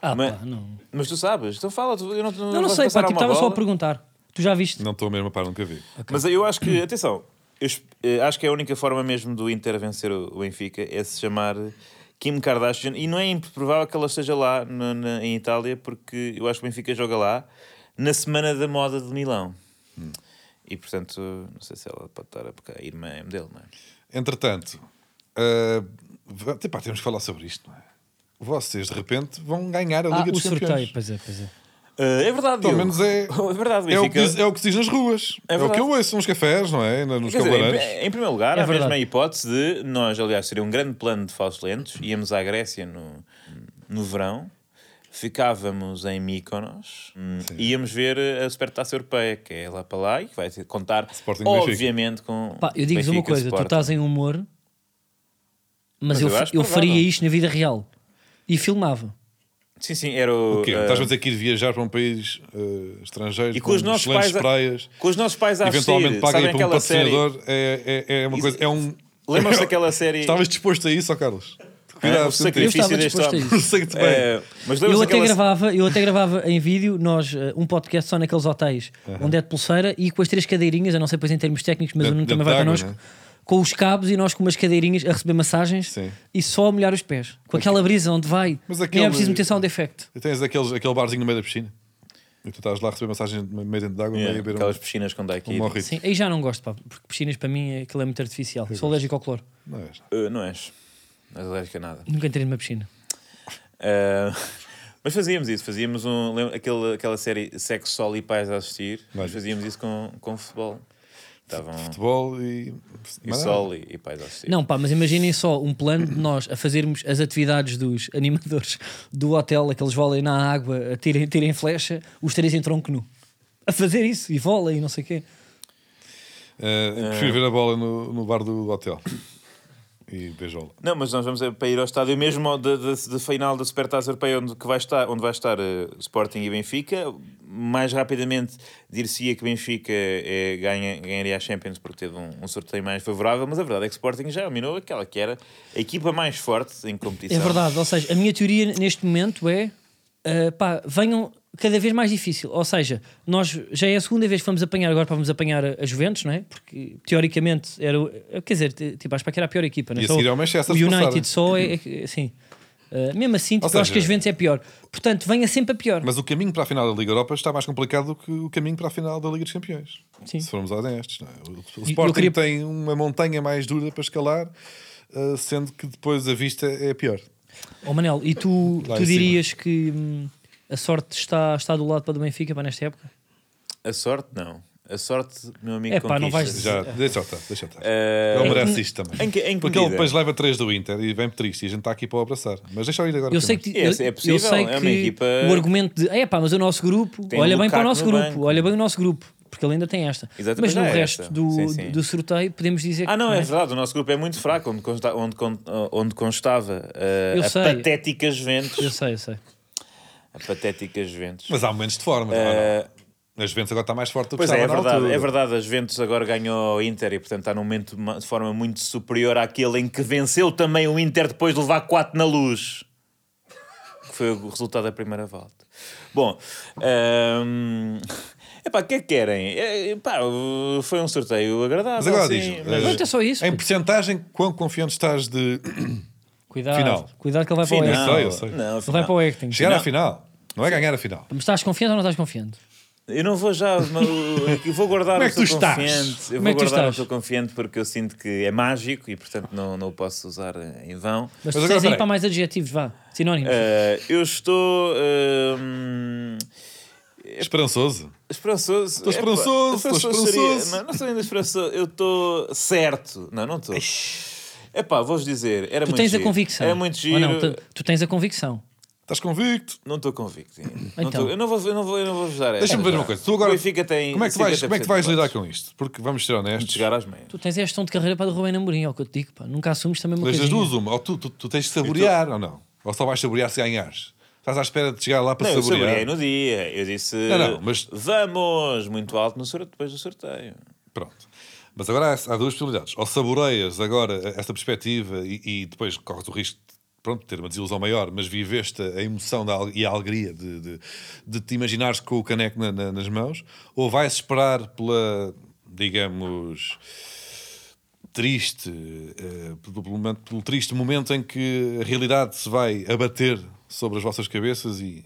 A: Ah,
C: mas,
A: pá, não.
C: mas tu sabes, então fala, tu- eu não,
A: Não, não
C: vais
A: sei,
C: passar
A: pá, tipo,
C: uma
A: estava só a
C: bola.
A: perguntar. Tu já viste?
B: Não estou mesmo a par, nunca vi.
C: Mas eu acho que, atenção, eu esp- eh, acho que é a única forma mesmo do Inter vencer o o Benfica é se chamar Kim Kardashian. E não é improvável que ela esteja lá na- na- em Itália, porque eu acho que o Benfica joga lá na Semana da Moda de Milão.
B: Hum.
C: E portanto, não sei se ela pode estar, a- porque a irmã é modelo, não é?
B: Entretanto, ah, va- epá, temos que falar sobre isto, não é? Vocês, de repente, vão ganhar a Liga
A: Ah, o
B: dos
A: sorteio,
B: Campeões.
A: pois é, pois é.
C: Eh, é verdade,
B: Pelo
C: Diogo.
B: menos é,
C: É verdade,
B: é, o que
C: Benfica.
B: diz, é o que se diz nas ruas.
C: É
B: É, o que
C: verdade.
B: eu ouço nos cafés, não é? Nos
C: Quer dizer,
B: cabeleireiros.
C: em, em primeiro lugar,
A: É
C: há mesmo
A: verdade.
C: a hipótese de nós, aliás, seria um grande plano de falsos lentos. Íamos à Grécia no, no verão, ficávamos em Mykonos, hum, íamos ver a Supertaça Europeia, que é lá para lá e que vai ter- contar,
B: Sporting Benfica.
C: obviamente, com.
A: Pá, eu digo-vos uma
C: Benfica,
A: coisa: tu
C: Sporting.
A: estás em humor, mas,
C: Mas
A: eu,
C: eu
A: fa-
C: acho
A: eu
C: provável.
A: faria isto na vida real e filmava.
C: Sim, sim, era o.
B: O quê?
C: ah,
B: Estás a dizer que ir viajar para um país ah, estrangeiro
C: e com,
B: com,
C: os nossos
B: excelentes
C: pais. a-
B: praias,
C: com os nossos pais a
B: eventualmente
C: assistir,
B: paga
C: sabem
B: aí para um
C: aquela série.
B: patrocinador, é, é, é uma
C: Isso-
B: coisa. É um...
C: Lembram-se daquela série.
B: Estavas disposto a isso, ó Carlos?
C: Ah, o
B: Cuidado,
A: Eu
B: senti.
C: sacrifício
A: estava
C: deste
A: disposto a
C: homem.
A: isso.
B: Sei-te bem.
C: Eh, mas lembram-se
A: eu, até
C: daquela-
A: gravava, eu até gravava em vídeo nós eh, um podcast só naqueles hotéis onde é de pulseira e com as três cadeirinhas, eu não sei pois em termos técnicos, mas
B: Dentro-
A: o Nuno também vai
B: dentro de água,
A: connosco.
B: né?
A: com os cabos e nós com umas cadeirinhas a receber massagens
B: Sim.
A: e só a molhar os pés. Com aquela brisa onde vai.
B: Mas
A: Nem
B: aquele-
A: é preciso meter sound effect.
B: E tens aqueles, aquele barzinho no meio da piscina. E tu estás lá a receber massagem de meio dentro de água, meio a beber
C: Aquelas
B: um,
C: piscinas quando há aqui.
B: um morrito.
A: Sim, aí já não gosto, pá, porque piscinas para mim é, aquilo é muito artificial. Sou alérgico ao cloro.
B: Não é és?
C: Eh, não és. Não és alérgico a nada.
A: Nunca entrei numa piscina.
C: Ah, mas fazíamos isso, fazíamos um, lembra- aquele, aquela série Sexo, Sol e Pais a assistir. Nós
B: Olha.
C: fazíamos isso com, com futebol. Estavam
B: Futebol e.
C: e
B: é.
C: Sol e, e Pais a assistir.
A: Não, pá, mas imaginem só um plano de nós a fazermos as atividades dos animadores do hotel, aqueles volem na água, a tirem, tirem flecha, os três em tronco nu. A fazer isso, e volem, e não sei o quê.
B: Eh, prefiro ver a bola no, no bar do hotel. E beijola.
C: Não, mas nós vamos é para ir ao estádio mesmo ao da, da, da final da Supertaça Europeia, onde, que vai estar, onde vai estar eh, Sporting e Benfica. Mais rapidamente dir-se-ia que Benfica eh, ganha, ganharia a Champions porque teve um, um sorteio mais favorável, mas a verdade é que Sporting já dominou aquela que era a equipa mais forte em competição.
A: É verdade, ou seja, a minha teoria neste momento é ah, pá, venham cada vez mais difícil. Ou seja, nós já é a segunda vez que vamos apanhar, agora para vamos apanhar a a Juventus, não é? Porque teoricamente era, o- quer dizer, t- tipo, acho para que era a pior equipa, não é?
B: E a
A: Só
B: seguir ao
A: o
B: Manchester se passarem.
A: United só é, é- assim. Ah, mesmo assim, tipo, eu acho
B: seja-
A: que a Juventus é pior. Portanto, venha sempre a pior.
B: Mas o caminho para a final da Liga Europa está mais complicado do que o caminho para a final da Liga dos Campeões.
A: Sim.
B: Se formos honestos. Não é? O- O,
A: eu
B: Sporting
A: queria-
B: tem uma montanha mais dura para escalar, eh, sendo que depois a vista é pior.
A: Oh Manel, e tu,
B: Lá
A: tu
B: em cima.
A: dirias que hum, a sorte está, está do lado para do Benfica para nesta época?
C: A sorte, não. A sorte, meu amigo,
A: Epá, não
C: conquista.
A: vais-
B: Já, deixa eu estar, deixa eu estar.
C: Eh,
B: Ele merece isto também.
C: Em que- em que
B: Porque ele
C: medida?
B: depois leva 3 do Inter e vem triste e a gente está aqui para o abraçar. Mas deixa eu ir agora.
A: Eu sei que,
B: primeiro.
A: eu,
C: Esse é
A: eu
C: possível,
A: sei
C: é uma
A: que
C: equipa-
A: o argumento de é pá, mas o nosso grupo,
C: Tem
A: olha
C: o
A: bem para o
C: Lukaku
A: nosso
C: no
A: grupo,
C: banco."
A: olha bem o nosso grupo, porque ele ainda tem esta. mas
C: Exatamente,
A: no
C: já é
A: resto
C: esta.
A: do,
C: Sim, sim.
A: do sorteio podemos dizer
C: Ah, não,
A: que
C: é verdade. O nosso grupo é muito fraco, onde, consta- onde, con- onde constava eh,
A: Eu
C: a
A: sei.
C: patética Juventus.
A: Eu sei, eu sei.
C: A patética Juventus.
B: Mas há momentos de forma. não é? não? A Juventus agora está mais forte do que
C: Eh, Pois é,
B: estava
C: é
B: na
C: verdade,
B: altura.
C: é verdade. A Juventus agora ganhou o Inter e, portanto, está num momento de uma- de forma muito superior àquele em que venceu também o Inter depois de levar 4 na luz, que foi o resultado da primeira volta. Bom, hum, epá, o que é que querem? Eh, Epá, foi um sorteio agradável.
B: Mas agora
C: sim,
B: diz-me,
C: mas-
B: eh,
A: Pronto, é só isso.
B: Em porcentagem, quão confiante estás de
A: Cuidado,
B: Final.
A: cuidado que ele vai
C: Final.
A: para o acting.
B: sei, eu sei.
C: Não,
A: Ele vai
C: final.
A: para o acting.
B: chegar à
C: Não.
B: final? Não é ganhar a final.
A: Mas estás confiante ou não estás confiante?
C: Eu não vou já, mas eu vou guardar
B: Como é
C: o
B: que tu
C: teu
B: estás?
C: confiante. Eu
A: Como é
C: vou
A: que tu
C: guardar o
A: estás?
C: teu confiante porque eu sinto que é mágico e portanto não, não o posso usar eh, em vão.
A: Mas,
B: Mas
A: tu
B: agora,
A: tens aí
B: peraí.
A: para mais adjetivos, vá, sinónimos.
C: Eh, eu estou ehm,
B: Esperançoso.
C: esperançoso. É Estou
B: esperançoso, estou esperançoso.
C: não, não estou ainda esperançoso. Eu estou certo. Não, não estou. Epá, vou-vos dizer, era
A: tu
C: é muito
A: tens a
C: giro.
A: convicção.
C: Era muito
A: Ou
C: giro.
A: não, tu, tu tens a convicção.
B: Estás convicto?
C: Não estou convicto. ainda. Não
A: Então.
C: estou- eu não vou, eu não vou, eu não vou vos dar essa
B: Deixa-me ver
C: já.
B: uma coisa. Tu agora,
C: É O Benfica tem
B: como é que tu vais, como é que tu vais
C: 50% de
B: lidar
C: votos.
B: com isto? Porque vamos ser honestos.
C: Chegar às meias.
A: Tu tens a gestão de carreira para o Rubén Amorim, é o que eu te digo, pá. Nunca assumes também uma
C: um
B: Mas das
A: coisinha.
B: duas, uma. Ou tu, tu, tu tens de saborear ou não? Ou só vais saborear se ganhares? Estás à espera de chegar lá para
C: Não, eu
B: saborear?
C: saboreei no dia. Eu disse,
B: Não, não, mas-
C: vamos, muito alto no sorteio, depois do sorteio.
B: Pronto. Mas agora há, há duas possibilidades. Ou saboreias agora eh, essa perspectiva e, e depois corres o risco de pronto, ter uma desilusão maior, mas viveste a emoção da, al- e a alegria de, de, de te imaginares com o caneco na- na- nas mãos. Ou vais esperar pela, digamos, triste, eh, pelo, pelo momento- pelo triste momento em que a realidade se vai abater sobre as vossas cabeças e,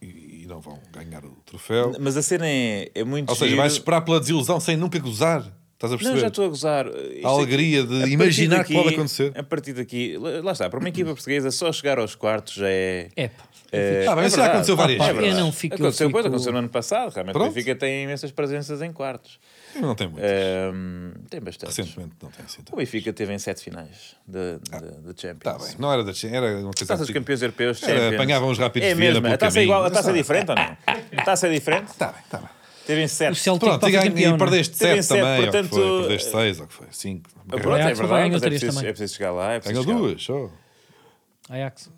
B: e- e não vão ganhar o troféu.
C: Mas a cena é, é muito
B: Ou seja,
C: giro.
B: vais esperar pela desilusão sem nunca gozar. Estás a perceber?
C: Não, já estou a gozar. Isto é-
B: A alegria de
C: a partir é-
B: imaginar que pode acontecer.
C: A partir daqui, lá lá está, para uma equipa portuguesa, só chegar aos quartos já é.
A: É, pá.
C: é-
B: Ah, mas isso já
C: verdade.
B: aconteceu várias
A: Ah, pá,
B: vezes.
A: eu não fico- eu
C: Aconteceu
A: fico-
C: coisa, aconteceu no ano passado, realmente. O
B: Pronto.
C: Benfica tem imensas presenças em quartos.
B: Não tem muito.
C: É- Ahm, tem bastantes.
B: Recentemente não tem assim.
C: O Benfica teve em sete finais de, de, de Champions.
B: Está Ah, Tá bem, não era da Champions, era uma coisa
C: Taça dos
B: antiga.
C: campeões europeus,
B: Era,
C: Champions.
B: apanhavam os rápidos
C: É
B: de Viena
C: mesmo,
B: pelo
C: a taça é
B: caminho.
C: igual, a
B: Mas
C: taça é
B: está
C: diferente ou não? A taça é diferente?
B: Está Tá bem, está bem.
C: Teve em
A: O
C: 7.
A: Celtic
B: Pronto,
A: pode
B: e,
A: ser
B: ganha-
A: campeão,
B: e
A: não é?
B: perdeste
C: Teve em
B: 7
C: né? sete,
B: também,
C: portanto,
B: ou que foi, perdeste 6, ou que foi 5.
A: Ajax
C: Pronto, é
A: vai ganhar
C: verdade, mas é
A: três
C: preciso,
A: também.
C: é preciso chegar lá. É preciso
B: Ganhou
C: chegar lá.
B: duas, só.
A: Ajax,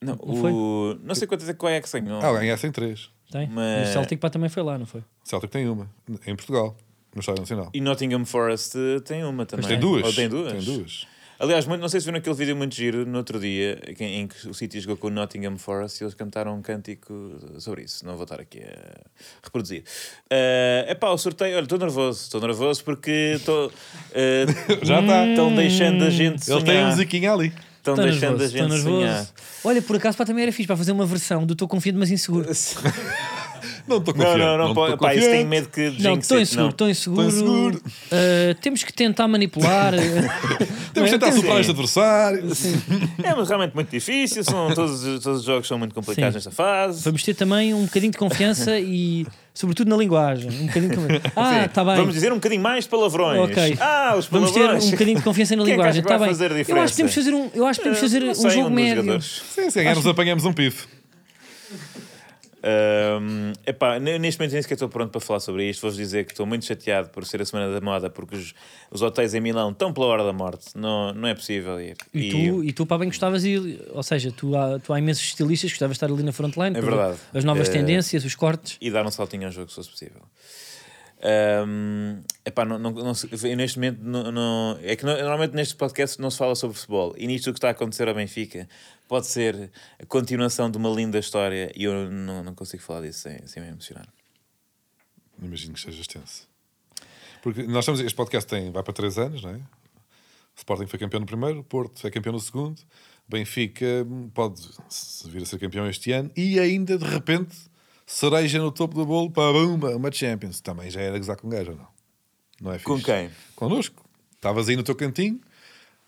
C: Não,
A: foi?
C: o... não sei quantas é que o Ajax ganhou.
B: Ah, ganhassem 3.
A: tem?
C: Mas-
A: E o Celtic pá, também foi lá, não foi?
B: O Celtic tem uma, em Portugal, no Estádio Nacional.
C: E Nottingham Forest eh, tem uma também.
B: Tem duas.
C: Ou tem duas.
B: Tem duas.
C: Aliás, muito, não sei se viram aquele vídeo muito giro no outro dia que- em que o City jogou com o Nottingham Forest e eles cantaram um cântico sobre isso. Não vou estar aqui a reproduzir. É pá, o sorteio. Olha, estou nervoso, estou nervoso porque estou. eh,
B: Já tá.
C: Estão deixando a gente
B: Ele tem a
C: sonhar.
B: musiquinha um ali.
C: Estão
A: Estou
C: deixando
A: Tá nervoso,
C: a
A: estou
C: gente sonhar.
A: nervoso. Olha, por acaso pá, também era fixe para fazer uma versão do Estou Confiante, mas Inseguro.
B: Não estou
C: Não,
B: confiante.
C: não, não,
B: estou
C: pá, pá, isso
B: confiante.
C: tenho medo que
A: Não,
C: jinx
A: estou
C: it,
A: inseguro,
C: não.
A: estou inseguro.
B: inseguro.
A: Uh, temos que tentar manipular. eh,
B: Temos de tentar
C: Sim.
B: superar este adversário.
C: É mas realmente muito difícil, são, todos, todos os jogos são muito complicados
A: Sim.
C: nesta fase.
A: Vamos ter também um bocadinho de confiança e, sobretudo, na linguagem. Um bocadinho de confiança. Ah,
C: Sim.
A: está bem.
C: Vamos dizer um bocadinho mais de palavrões.
A: Ok.
C: Ah, os
A: Vamos ter
C: palavrões.
A: um bocadinho de confiança na
C: Quem é que acha
A: linguagem.
C: que
A: Está
C: vai
A: bem.
C: fazer diferença? Eh,
A: Eu acho que temos de fazer um, eu acho que temos de fazer
C: Não
A: um
C: sei,
A: jogo
C: dos
A: médio.
C: jogadores.
B: Sim, se ganhar, nos apanhamos um pif.
C: Ahm, epá, ne- neste momento nem sequer estou pronto para falar sobre isto. Vou-vos dizer que estou muito chateado por ser a Semana da Moda, porque os, os hotéis em Milão estão pela hora da morte. Não, não é possível ir.
A: E tu, e tu, pá, bem gostavas ir. Ou seja, tu há, tu há imensos estilistas que gostavas de estar ali na frontline. para ver
C: verdade.
A: As novas
C: É.
A: tendências, os cortes.
C: e dar um saltinho ao jogo se fosse possível. Ahm, epá, não, não, não se- eu neste momento não, não- é que no- normalmente neste podcast não se fala sobre futebol e nisto o que está a acontecer ao Benfica pode ser a continuação de uma linda história e eu não, não consigo falar disso sem, sem me emocionar.
B: Imagino que seja extenso. Porque nós estamos. Este podcast tem, vai para 3 anos, não é? O Sporting foi campeão no primeiro, o Porto foi campeão no segundo, o Benfica hum, pode se vir a ser campeão este ano e ainda de repente cereja no topo do bolo para uma, uma Champions. Também já era gozar com um gajo, ou não? Não é fixe?
C: Com quem?
B: Connosco. Estavas aí no teu cantinho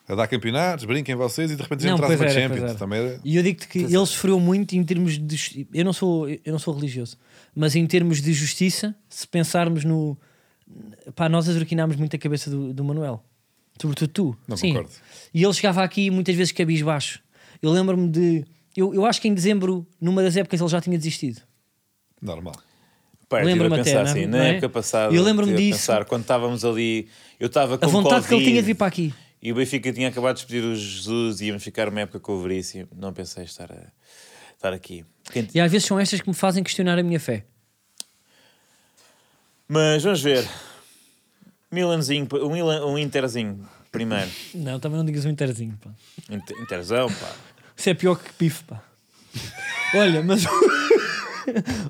B: a dar campeonatos, brinquem vocês e de repente já entras
A: pois
B: uma
A: era, pois
B: Champions.
A: era.
B: Também é. era.
A: E eu digo-te que ele sofreu muito em termos de. Eu não, sou, eu não sou religioso, mas em termos de justiça, se pensarmos no. Pá, nós azurquinámos muito a cabeça do, do Manuel. Sobretudo tu.
B: Não
A: Sim.
B: concordo.
A: E ele chegava aqui muitas vezes cabisbaixo. Eu lembro-me de. Eu, eu acho que em dezembro, numa das épocas, ele já tinha desistido.
B: Normal.
C: Pá, eu
A: Lembro-me
C: estive a
A: até,
C: pensar
A: não é?
C: assim, na
A: Não é?
C: época passada,
A: Eu lembro-me
C: estive a
A: disso.
C: pensar, quando estávamos ali, eu estava com
A: a vontade que ele
C: Covid.
A: tinha de vir para aqui.
C: E o Benfica tinha acabado de despedir o Jesus e íamos ficar uma época com o Veríssimo. Não pensei estar, a- estar aqui. Quem-
A: E às vezes são estas que me fazem questionar a minha fé.
C: Mas vamos ver. Milanzinho, o, Milan, o Interzinho primeiro.
A: Não, também não digas um interzinho, pá.
C: Inter- Interzão, pá.
A: Isso é pior que pif, pá. Olha, mas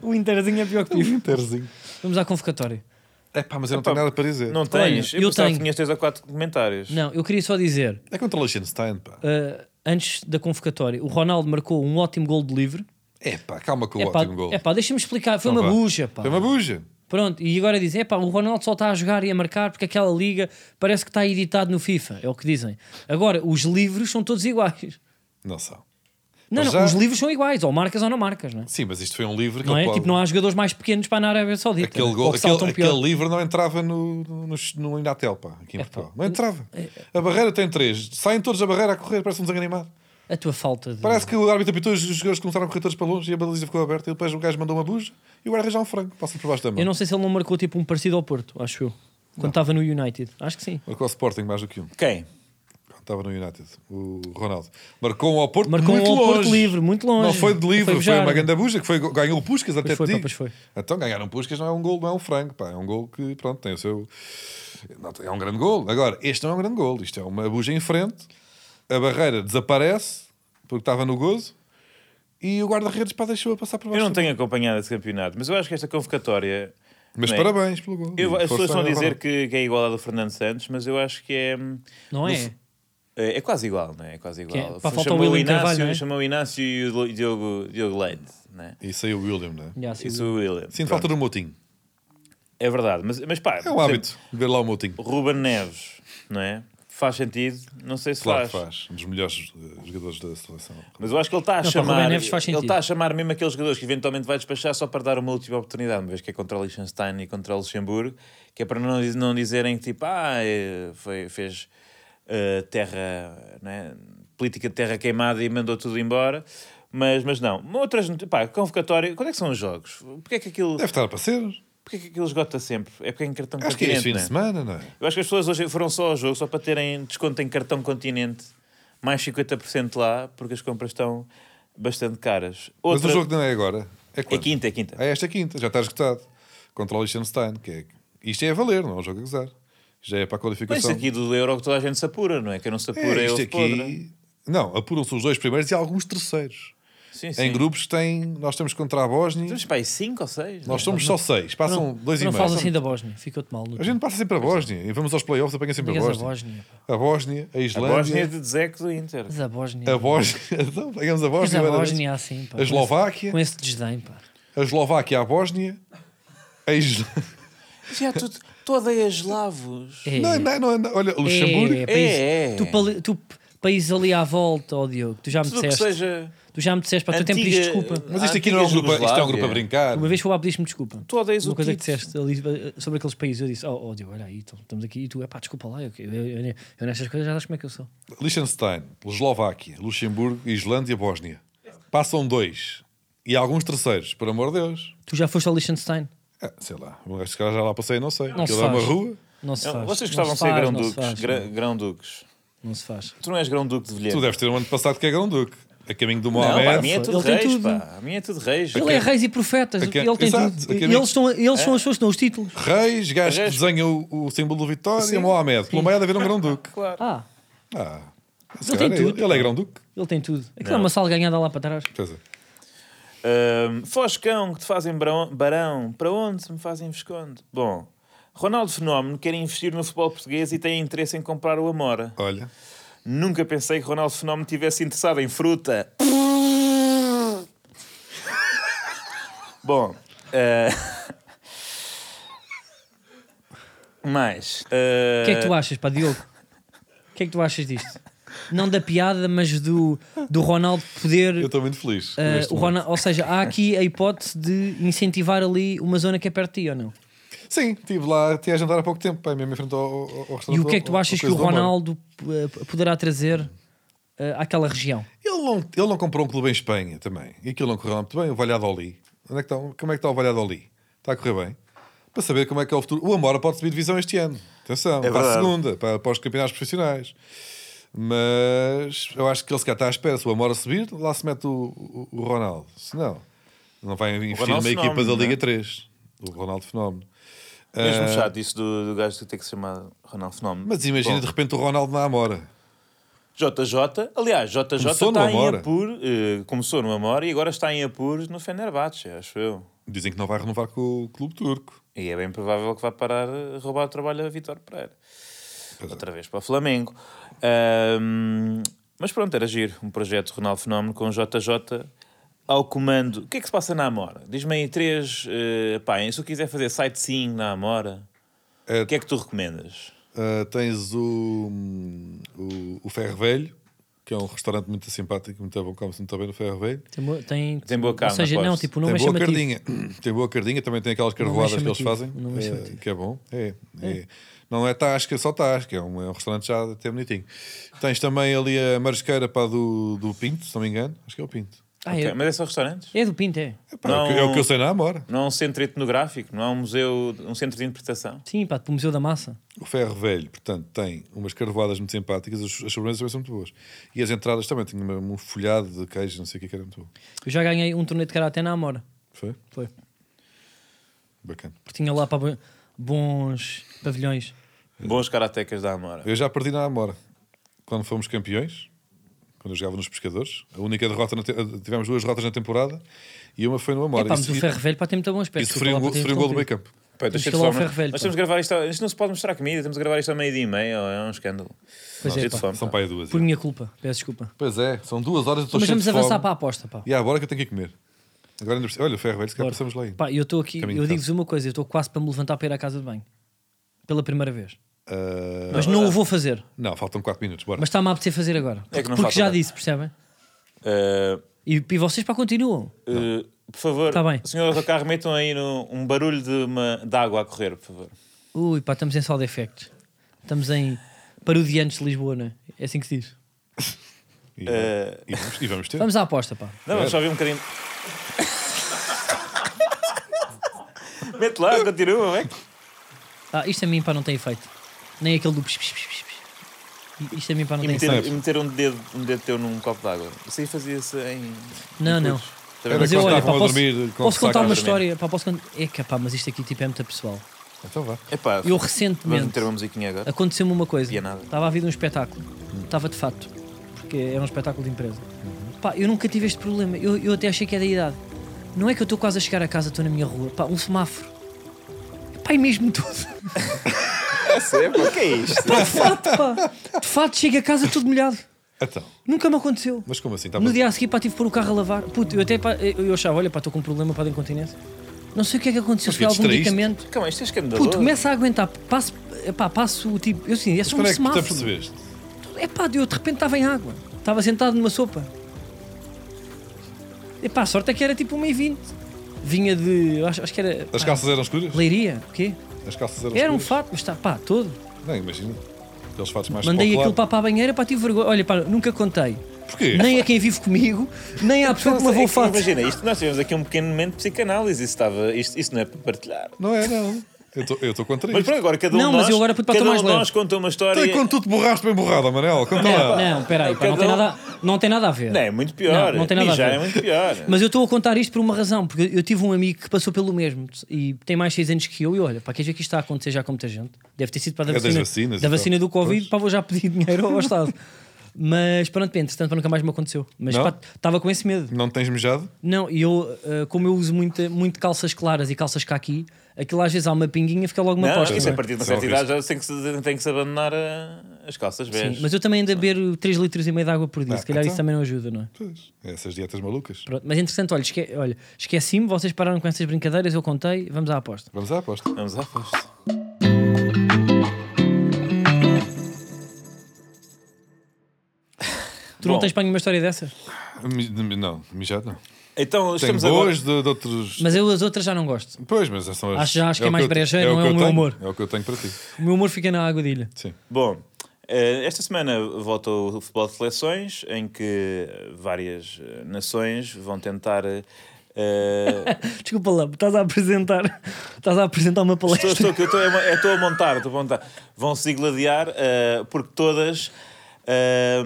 A: o interzinho é pior que pif.
B: Interzinho.
A: Vamos à convocatória.
B: É pá, mas eu não
C: Epá,
B: tenho nada para dizer.
C: Não tens?
A: Olha, eu
C: eu pensava
A: tenho.
C: que tinhas 3 ou 4 comentários.
A: Não, eu queria só dizer,
B: É contra o Liechtenstein, pá.
A: uh, antes da convocatória, o Ronaldo marcou um ótimo gol de livre.
B: É pá, calma com o
A: É pá,
B: ótimo gol.
A: é pá, deixa-me explicar. Foi
B: Então
A: uma
B: vá.
A: buja, pá.
B: Foi uma buja.
A: Pronto, e agora dizem, é pá, o Ronaldo só está a jogar e a marcar porque aquela liga parece que está editado no FIFA. É o que dizem. Agora, os livros são todos iguais.
B: Não são.
A: Não, não,
B: Mas Então já-
A: os livros são iguais, ou marcas ou não marcas, não é?
B: Sim, mas isto foi um livro que
A: Não
B: ele
A: é?
B: pode-
A: Tipo, não há jogadores mais pequenos para a Arábia Saudita.
B: Aquele,
A: né?
B: gol,
A: Ou que saltam
B: aquele,
A: pior.
B: aquele livro não entrava no, no, no, no Inatel, pá, aqui em
A: É,
B: Portugal.
A: pá.
B: Não entrava. A barreira tem três. Saem todos a barreira a correr, parece um desanimado.
A: A tua falta de...
B: Parece que o árbitro apitou os os jogadores começaram a correr todos para longe e a baliza ficou aberta. E depois o gajo mandou uma buja e o guarda já um frango. Passa por baixo da
A: Eu
B: mão.
A: não sei se ele não marcou tipo um parecido ao Porto, acho eu. Quando estava no United. Acho que sim.
B: Marcou o Sporting mais do que um.
C: Quem?
B: Quando Estava no United, o Ronaldo. Marcou um ao Porto
A: Marcou
B: muito
A: um ao
B: longe.
A: Porto livre, muito longe.
B: Não foi de
A: Foi
B: livre, foi,
A: bujar.
C: é?
B: uma grande buja que foi, ganhou o Puskas até
A: foi,
B: te
A: pá,
B: digo.
A: pois foi.
B: Então ganharam Puskas não é um gol, não é um frango, pá. É um gol que, pronto, tem o seu... não, é um grande gol. Agora, este não é um grande gol. Isto é uma buja em frente. A barreira desaparece, porque estava no gozo. E o guarda-redes, pá, deixou-a passar por
C: Eu
B: baixo.
C: não tenho acompanhado esse campeonato, mas eu acho que esta convocatória.
B: Mas
C: não é?
B: parabéns pelo gol.
C: Eu-
B: Força
C: as pessoas estão a
B: ao
C: dizer
B: Ronaldo.
C: que, que é igual à do Fernando Santos, mas eu acho que é.
A: Não
C: no
A: é?
C: fu- É, é quase igual, não é? É quase
A: Que é-
C: igual.
A: pá,
C: Foi-
A: falta o
C: chamou, o
A: William
C: Inácio,
A: Carvalho, não é?
C: chamou o Inácio e o Diogo, Diogo Leite, não é?
B: E saiu o William, não é?
A: Já, sim.
C: Isso o William.
B: Sinto
C: Pronto.
B: falta do Moutinho.
C: É verdade, mas, mas pá.
B: É
C: por
B: um hábito, ver lá o Moutinho.
C: exemplo, Ruben Neves, não é? Faz sentido, não sei se
B: Claro
C: faz.
B: que faz. Um dos melhores eh, jogadores da seleção.
C: Mas eu acho que ele está a
A: Não, para
C: chamar.
A: Ruben Neves faz
C: ele
A: sentido.
C: está a chamar mesmo aqueles jogadores que eventualmente vai despachar só para dar uma última oportunidade, uma vez que é contra o Liechtenstein e contra o Luxemburgo, que é para não, diz- não dizerem que tipo, ah, eh, foi, fez eh, terra, né, política de terra queimada e mandou tudo embora. Mas, mas não, outras, not- pá, convocatória, quando é que são os jogos? Porquê é que aquilo,
B: Deve estar a parecer.
C: porquê é que aquilo esgota sempre? É porque é em cartão
B: Acho que é este
C: continente,
B: fim de
C: né?
B: semana, não é?
C: Eu acho que as pessoas hoje foram só ao jogo só para terem desconto em cartão continente, mais 50% lá, porque as compras estão bastante caras.
B: Mas
C: Outra...
B: o jogo não é agora. É,
C: é
B: quando?
C: quinta, é quinta.
B: É esta quinta, já está esgotado. Contra o Liechtenstein, que é... Isto é a valer, não é um jogo a gozar. Já é para a
C: Mas isso
B: qualificação.
C: aqui do Euro que toda a gente se apura, não é? Quem não se apura é,
B: é,
C: o
B: isto
C: podre.
B: aqui... Não, apuram-se os dois primeiros e alguns terceiros.
C: Sim,
B: Em grupos tem... Nós temos contra a Bósnia.
C: Temos para aí 5 ou é? 6.
B: Nós somos só seis. Passam dois e
A: não
B: meio.
A: falas assim da Bósnia, ficou-te mal.
B: A gente passa sempre a
C: é.
B: Bósnia. E vamos aos playoffs, apanha sempre a
A: Digas a
B: Bósnia.
A: Bósnia. pá.
B: A Bósnia, a
C: A Bósnia é
B: Islândia...
C: de Dzeko do Inter.
A: Digas a Bósnia.
B: A Bósnia... Então, pegamos a
A: Digas
B: Bósnia.
A: a
B: vai dar-
A: Bósnia assim, pá.
B: A Eslováquia.
A: Com esse desdém, pá.
B: A Eslováquia, a Bósnia... A Islândia...
C: Já tudo, toda é eslavos.
A: É.
B: Não, não, não, não. Olha, Luxemburgo...
A: É, país,
C: É.
A: Tu, pali- tu p- país ali à volta, ó Diogo, tu já me
C: Tudo o que
A: disseste.
C: seja.
A: Tu já me disseste, pá, tu até me pediste
C: antiga-
A: desculpa.
B: Mas isto aqui não é um
C: antiga
B: grupo, a- isto é um
C: Jugoslávia.
B: grupo a brincar.
A: Uma vez foi lá pediste-me desculpa.
C: Tu odeias
A: Uma
C: o
A: coisa que
C: Tito.
A: disseste ali, eh, sobre aqueles países, eu disse, oh, oh Diogo, olha aí, então, estamos aqui e tu, é pá, desculpa lá, eu, eu, eu, eu nestas coisas já sabes como é que eu sou.
B: Liechtenstein, Eslováquia, Luxemburgo, Islândia, Bósnia. Passam dois. E alguns terceiros, por amor de Deus.
A: Tu já foste ao Liechtenstein?
B: Ah, sei lá, se calhar já lá passei, não sei.
A: Não
B: Aquilo
A: se
B: é uma
A: faz.
B: rua.
A: Não se
C: Não,
A: faz.
C: Vocês
A: Não
C: gostavam de
A: se
C: ser
A: faz, não se
C: grão-duques.
A: faz,
C: gra-
A: não.
C: Grão-duques.
A: Não se faz.
C: Tu não és grão-duque de Vilhena.
B: Tu deves ter um ano passado que é Grão Duque. A caminho do
C: Não, pá, a minha
B: Mohamed.
C: é tudo
A: Ele tem
C: reis,
A: tudo.
C: pá. A minha é tudo reis.
A: Ele é reis e profetas,
B: Aquele-
A: ele tem
B: Exato,
A: tudo.
B: aquele-
A: Eles são, eles
C: É.
A: são as pessoas que dão os títulos.
B: Reis, gajo que
C: Reis.
B: desenha o, o símbolo do Vitória, Mohamed. Pelo meio deve haver um Grão Duque.
C: Claro.
A: Ah,
B: Ah, se
A: Ele
B: calhar
A: tem
B: é
A: tudo,
B: Ele, ele é Grão Duque.
A: ele tem tudo. Aquilo é
C: Não.
A: uma salganhada lá para trás.
B: Quer dizer,
C: Ahm, Foscão, que te fazem barão, barão. Para onde me fazem vesconde? Bom, Ronaldo Fenómeno quer investir no futebol português e tem interesse em comprar o Amora.
B: Olha,
C: Nunca pensei que Ronaldo Fenómeno tivesse interessado em fruta. Bom, eh, mais. ah,
A: O que é que tu achas, pá, Diogo? O que é que tu achas disto? Não da piada, mas do, do Ronaldo
B: eu
A: poder.
B: estou muito feliz.
A: eh,
B: neste
A: o
B: momento.
A: Ronaldo, ou seja, há aqui a hipótese de incentivar ali uma zona que é perto de ti ou não?
B: Sim, estive lá, tinha a jantar há pouco tempo, pá, mesmo em frente ao, ao, ao restaurante.
A: E o que é que
B: ao-
A: tu
B: ao-
A: achas
B: ao
A: que
B: coisa
A: o
B: do Amor.
A: Ronaldo eh, poderá trazer eh, àquela região?
B: Ele não, ele não comprou um clube em Espanha também. E aquilo não correu muito bem. O Valladolid. Onde é que está, como é que está o Valladolid? Está a correr bem? Para saber como é que é o futuro. O Amora pode subir divisão este ano. Atenção, para a
C: É verdade.
B: segunda, para, para os campeonatos profissionais. Mas eu acho que ele se calhar está à espera. Se o Amora subir, lá se mete o, o- o Ronaldo. Se não, não vai investir numa
C: Ronaldo
B: equipa da
C: fenómeno,
B: Liga
C: não é?
B: 3. O Ronaldo Fenómeno.
C: Mesmo
B: Ah,
C: chato isso do, do gajo que tem que se chamar Ronaldo Fenómeno.
B: mas imagina
C: Bom,
B: de repente o Ronaldo na Amora.
C: JJ, aliás, JJ
B: Começou no
C: está em
B: Amora.
C: Apur, eh, começou no Amor e agora está em Apur no Fenerbahçe, acho eu.
B: Dizem que não vai renovar com o clube turco.
C: E é bem provável que vá parar a roubar o trabalho a Vitor Pereira.
B: é.
C: Outra vez para o Flamengo. Ahm, mas pronto, era giro. Um projeto Ronaldo Fenómeno com JJ ao comando. O que é que se passa na Amora? Diz-me aí três. eh, pá, se eu quiser fazer sightseeing na Amora,
B: É-
C: o que é que tu recomendas?
B: Uh, tens o, hum, o, o Ferro Velho, que é um restaurante muito simpático, muito bom, come-se muito bem no Ferro Velho.
A: Tem, boa- tem,
C: Tem boa
A: Ou
C: carne,
A: seja, não,
C: aposto.
A: tipo, o nome
B: tem
A: é
B: boa
A: chamativo.
B: cardinha, tem boa cardinha, também tem aquelas
A: é
B: carvoadas que eles
A: chamativo,
B: fazem,
A: o nome é
B: eh,
A: chamativo.
B: que é bom. É, é. Não é Tasca, é só Tasca, é um, é um restaurante já até bonitinho. Tens também ali a marisqueira pá, do, do Pinto, se não me engano, acho que é o Pinto.
A: Ah,
C: Ok,
A: é,
C: Mas é só restaurantes?
A: é do Pinto, é.
B: Pá, é o que-
C: Não-
B: É o que eu sei na Amora.
C: Não há um centro etnográfico, não há um museu, um centro de interpretação.
A: Sim, pá, para o Museu da Massa.
B: O ferro velho, portanto, tem umas carvoadas muito simpáticas, as, as sobremesas também são muito boas. E as entradas também, tinha uma- um folhado de queijo, não sei o que, que era muito bom.
A: Eu já ganhei um torneio de karaté na Amora.
B: Foi?
A: Foi.
B: Bacana.
A: Porque tinha lá para bons pavilhões.
C: Bons karatecas da Amora.
B: Eu já perdi na Amora. Quando fomos campeões, quando eu jogava nos pescadores, a única derrota, na te- eh, tivemos duas derrotas na temporada e uma foi no Amora.
A: É pá, mas
B: Isso-
A: o Ferro Velho pá, tem muito bom
B: e
A: aspecto.
B: sofri
A: Desculpa lá
B: um, gol-
A: para ter
B: sofri um gol do meio
A: interrompido.
B: campo.
C: Pá, eu
A: Temos
C: estou cheio
A: que
C: de
A: ir lá ao
C: fome.
A: ferro velho,
C: Nós
A: pá.
C: temos que gravar isto. Isto não se pode mostrar comida, temos que gravar isto ao meio-dia e meia, é um escândalo.
A: Pois
C: Cheio
A: é,
C: de
A: pá.
C: fome.
B: São
C: pá.
B: para aí duas.
A: Por
B: é.
A: minha culpa, peço desculpa.
B: Pois é, são duas horas e estou
A: Mas
B: cheio
A: vamos
B: de fome.
A: avançar para a aposta, pá.
B: E é agora que eu tenho que ir comer. Agora ainda precisa- Olha, o ferro velho, se calhar
A: Bora.
B: passamos lá ainda.
A: Pá, eu estou aqui,
B: Caminho
A: eu
B: de
A: digo-vos uma coisa, eu estou quase para me levantar para ir à casa de banho. Pela primeira vez.
B: Ah,
A: Mas não o vou fazer.
B: não, faltam quatro minutos, bora.
A: Mas está-me a apetecer fazer agora.
C: É que não
A: Porque
C: falta
A: já
C: nada.
A: disse, percebem?
C: Uh,
A: E, e vocês pá continuam.
C: uh, por favor,
A: Tá bem.
C: senhor do carro, metam aí no- um barulho de, uma, de água a correr, por favor.
A: Ui, pá, estamos em Sound Effects. Estamos em Parodiantes de Lisboa, não é? É assim que se diz.
B: E, e vamos, e vamos ter.
A: Vamos à aposta, pá.
C: Eh, Não, vamos só ouvir um bocadinho. Mete lá, continua, é?
A: Ah, isto a mim, pá, não tem efeito. Nem aquele do... psh, psh, psh, psh, psh. Isto a mim, pá, não
C: E
A: tem efeito.
C: meter, e meter um, dedo, um dedo teu num copo d'água. Isso aí fazia-se em.
A: Não, não.
C: Também
A: Mas
B: Era
A: eu
B: quando
A: olho, pá,
B: estavam a
A: posso,
B: dormir, com
A: posso
B: o saco
A: contar uma
B: a
A: história. Pá, posso contar... É capaz, mas isto aqui tipo, é muito pessoal.
B: Então vá.
C: Epá,
A: Eu
C: vamos
A: recentemente
C: meter uma musiquinha agora.
A: aconteceu-me uma coisa.
C: Pianada.
A: Estava a vir um espetáculo. Estava de fato. Porque era um espetáculo de empresa.
B: Uhum.
A: Pá, eu nunca tive este problema. Eu, eu até achei que é da idade. Não é que eu estou quase a chegar a casa, estou na minha rua. Pá, um semáforo. Pá, e mesmo tudo.
C: Epá, o que é isto?
A: Pá, de fato, pá. De fato, chego a casa tudo molhado.
B: Então,
A: Nunca me aconteceu.
B: mas como assim? Tá
A: No dia a seguir, pá, tive que pôr o carro a lavar. Puto, eu até, pá, eu eu achava, olha, pá, estou com um problema para a incontinência. Não sei o que é que aconteceu.
B: Mas
A: Foi algum
B: distraíste?
A: medicamento.
C: Calma, isto é escandaloso.
A: Puto, começa a aguentar. Passo, pá, passo o tipo. Eu assim, é só um
B: Quando é que te
A: semáforo.
B: apercebeste?
A: É pá, eu de repente estava em água. Estava sentado numa sopa. É pá, a sorte é que era tipo 1,20. Vinha de. eu Acho, acho que era.
B: As
A: pá,
B: calças eram escuras?
A: Leiria, o quê?
B: As calças eram
A: Era um
B: escuras?
A: fato, mas está, pá, todo.
B: Não, imagina. Aqueles fatos mais
A: Mandei
B: popular.
A: aquilo pá, para a banheira, pá, tive vergonha. Olha, pá, nunca contei.
B: Porquê?
A: Nem a quem vive comigo, nem à pessoa que lavou
C: É
A: o
C: que,
A: fato.
C: Imagina, isto, nós tivemos aqui um pequeno momento de psicanálise. Isto, estava, isto, isto não é para partilhar.
B: Não é, não. Eu estou contra
C: Mas
B: isto.
C: pronto, agora cada um
A: Não,
C: de nós,
A: mas eu agora, puto, para estar
C: cada um
A: mais Então,
C: de
A: leve.
C: nós conta uma história.
B: Até quando tu te borraste bem borrado, Amarelo. Conta
A: Não,
B: lá.
A: não, peraí, pá, não tem nada, não tem nada a ver.
C: um- Não, é muito pior.
A: Não, não tem nada a
C: Mijar
A: ver.
C: é muito pior.
A: Mas eu estou a contar isto por uma razão, porque eu tive um amigo que passou pelo mesmo e tem mais 6 anos que eu. E olha, para queres ver que isto está a acontecer já com muita gente? Deve ter sido para a da
B: É das
A: vacina,
B: vacinas
A: da
B: e tal.
A: vacina do Covid,
B: Pois.
A: para vou já pedir dinheiro ao Estado. Mas pronto, bem, entretanto, nunca mais me aconteceu. Mas
B: Não?
A: pá, estava com esse medo.
B: Não tens mijado?
A: Não, e eu, ah, como eu uso muita, muito calças claras e calças caqui, aquilo às vezes há uma pinguinha, fica logo uma
C: Não,
A: aposta.
C: acho que isso é a
A: não é?
C: partir de uma
B: Isso é
C: certa idade já tem que se, tem que se abandonar ah, as calças
A: Sim,
C: beijas.
A: mas eu também ando a beber 3 litros e meio de água por dia,
B: Ah,
A: se calhar
B: então.
A: isso também não ajuda, não é?
B: Pois. Essas dietas malucas.
A: Pronto, mas entretanto, olha, esque- olha, esqueci-me, vocês pararam com essas brincadeiras, eu contei, vamos à aposta.
B: Vamos à aposta.
C: Vamos à aposta.
A: Tu
C: Bom.
A: não tens para nenhuma história dessas?
B: Mi- Não, mijado não.
C: Então
B: Tem
C: estamos agora.
B: boas de, de outros.
A: Mas eu as outras já não gosto.
B: Pois, mas são as.
A: Acho- acho que é
B: o
A: mais
B: eu te-
A: brejeiro, não
B: que
A: é o
B: eu
A: meu
B: tenho.
A: humor.
B: É o que eu tenho para ti.
A: O meu humor fica na aguadilha.
B: Sim.
C: Bom, eh, esta semana volta o futebol de seleções, em que várias eh, nações vão tentar. eh, eh,
A: Desculpa lá, estás a apresentar, estás a apresentar uma palestra.
C: estou, estou, aqui, eu estou, a- eu estou a montar, estou a montar. Vão se gladiar eh, porque todas eh,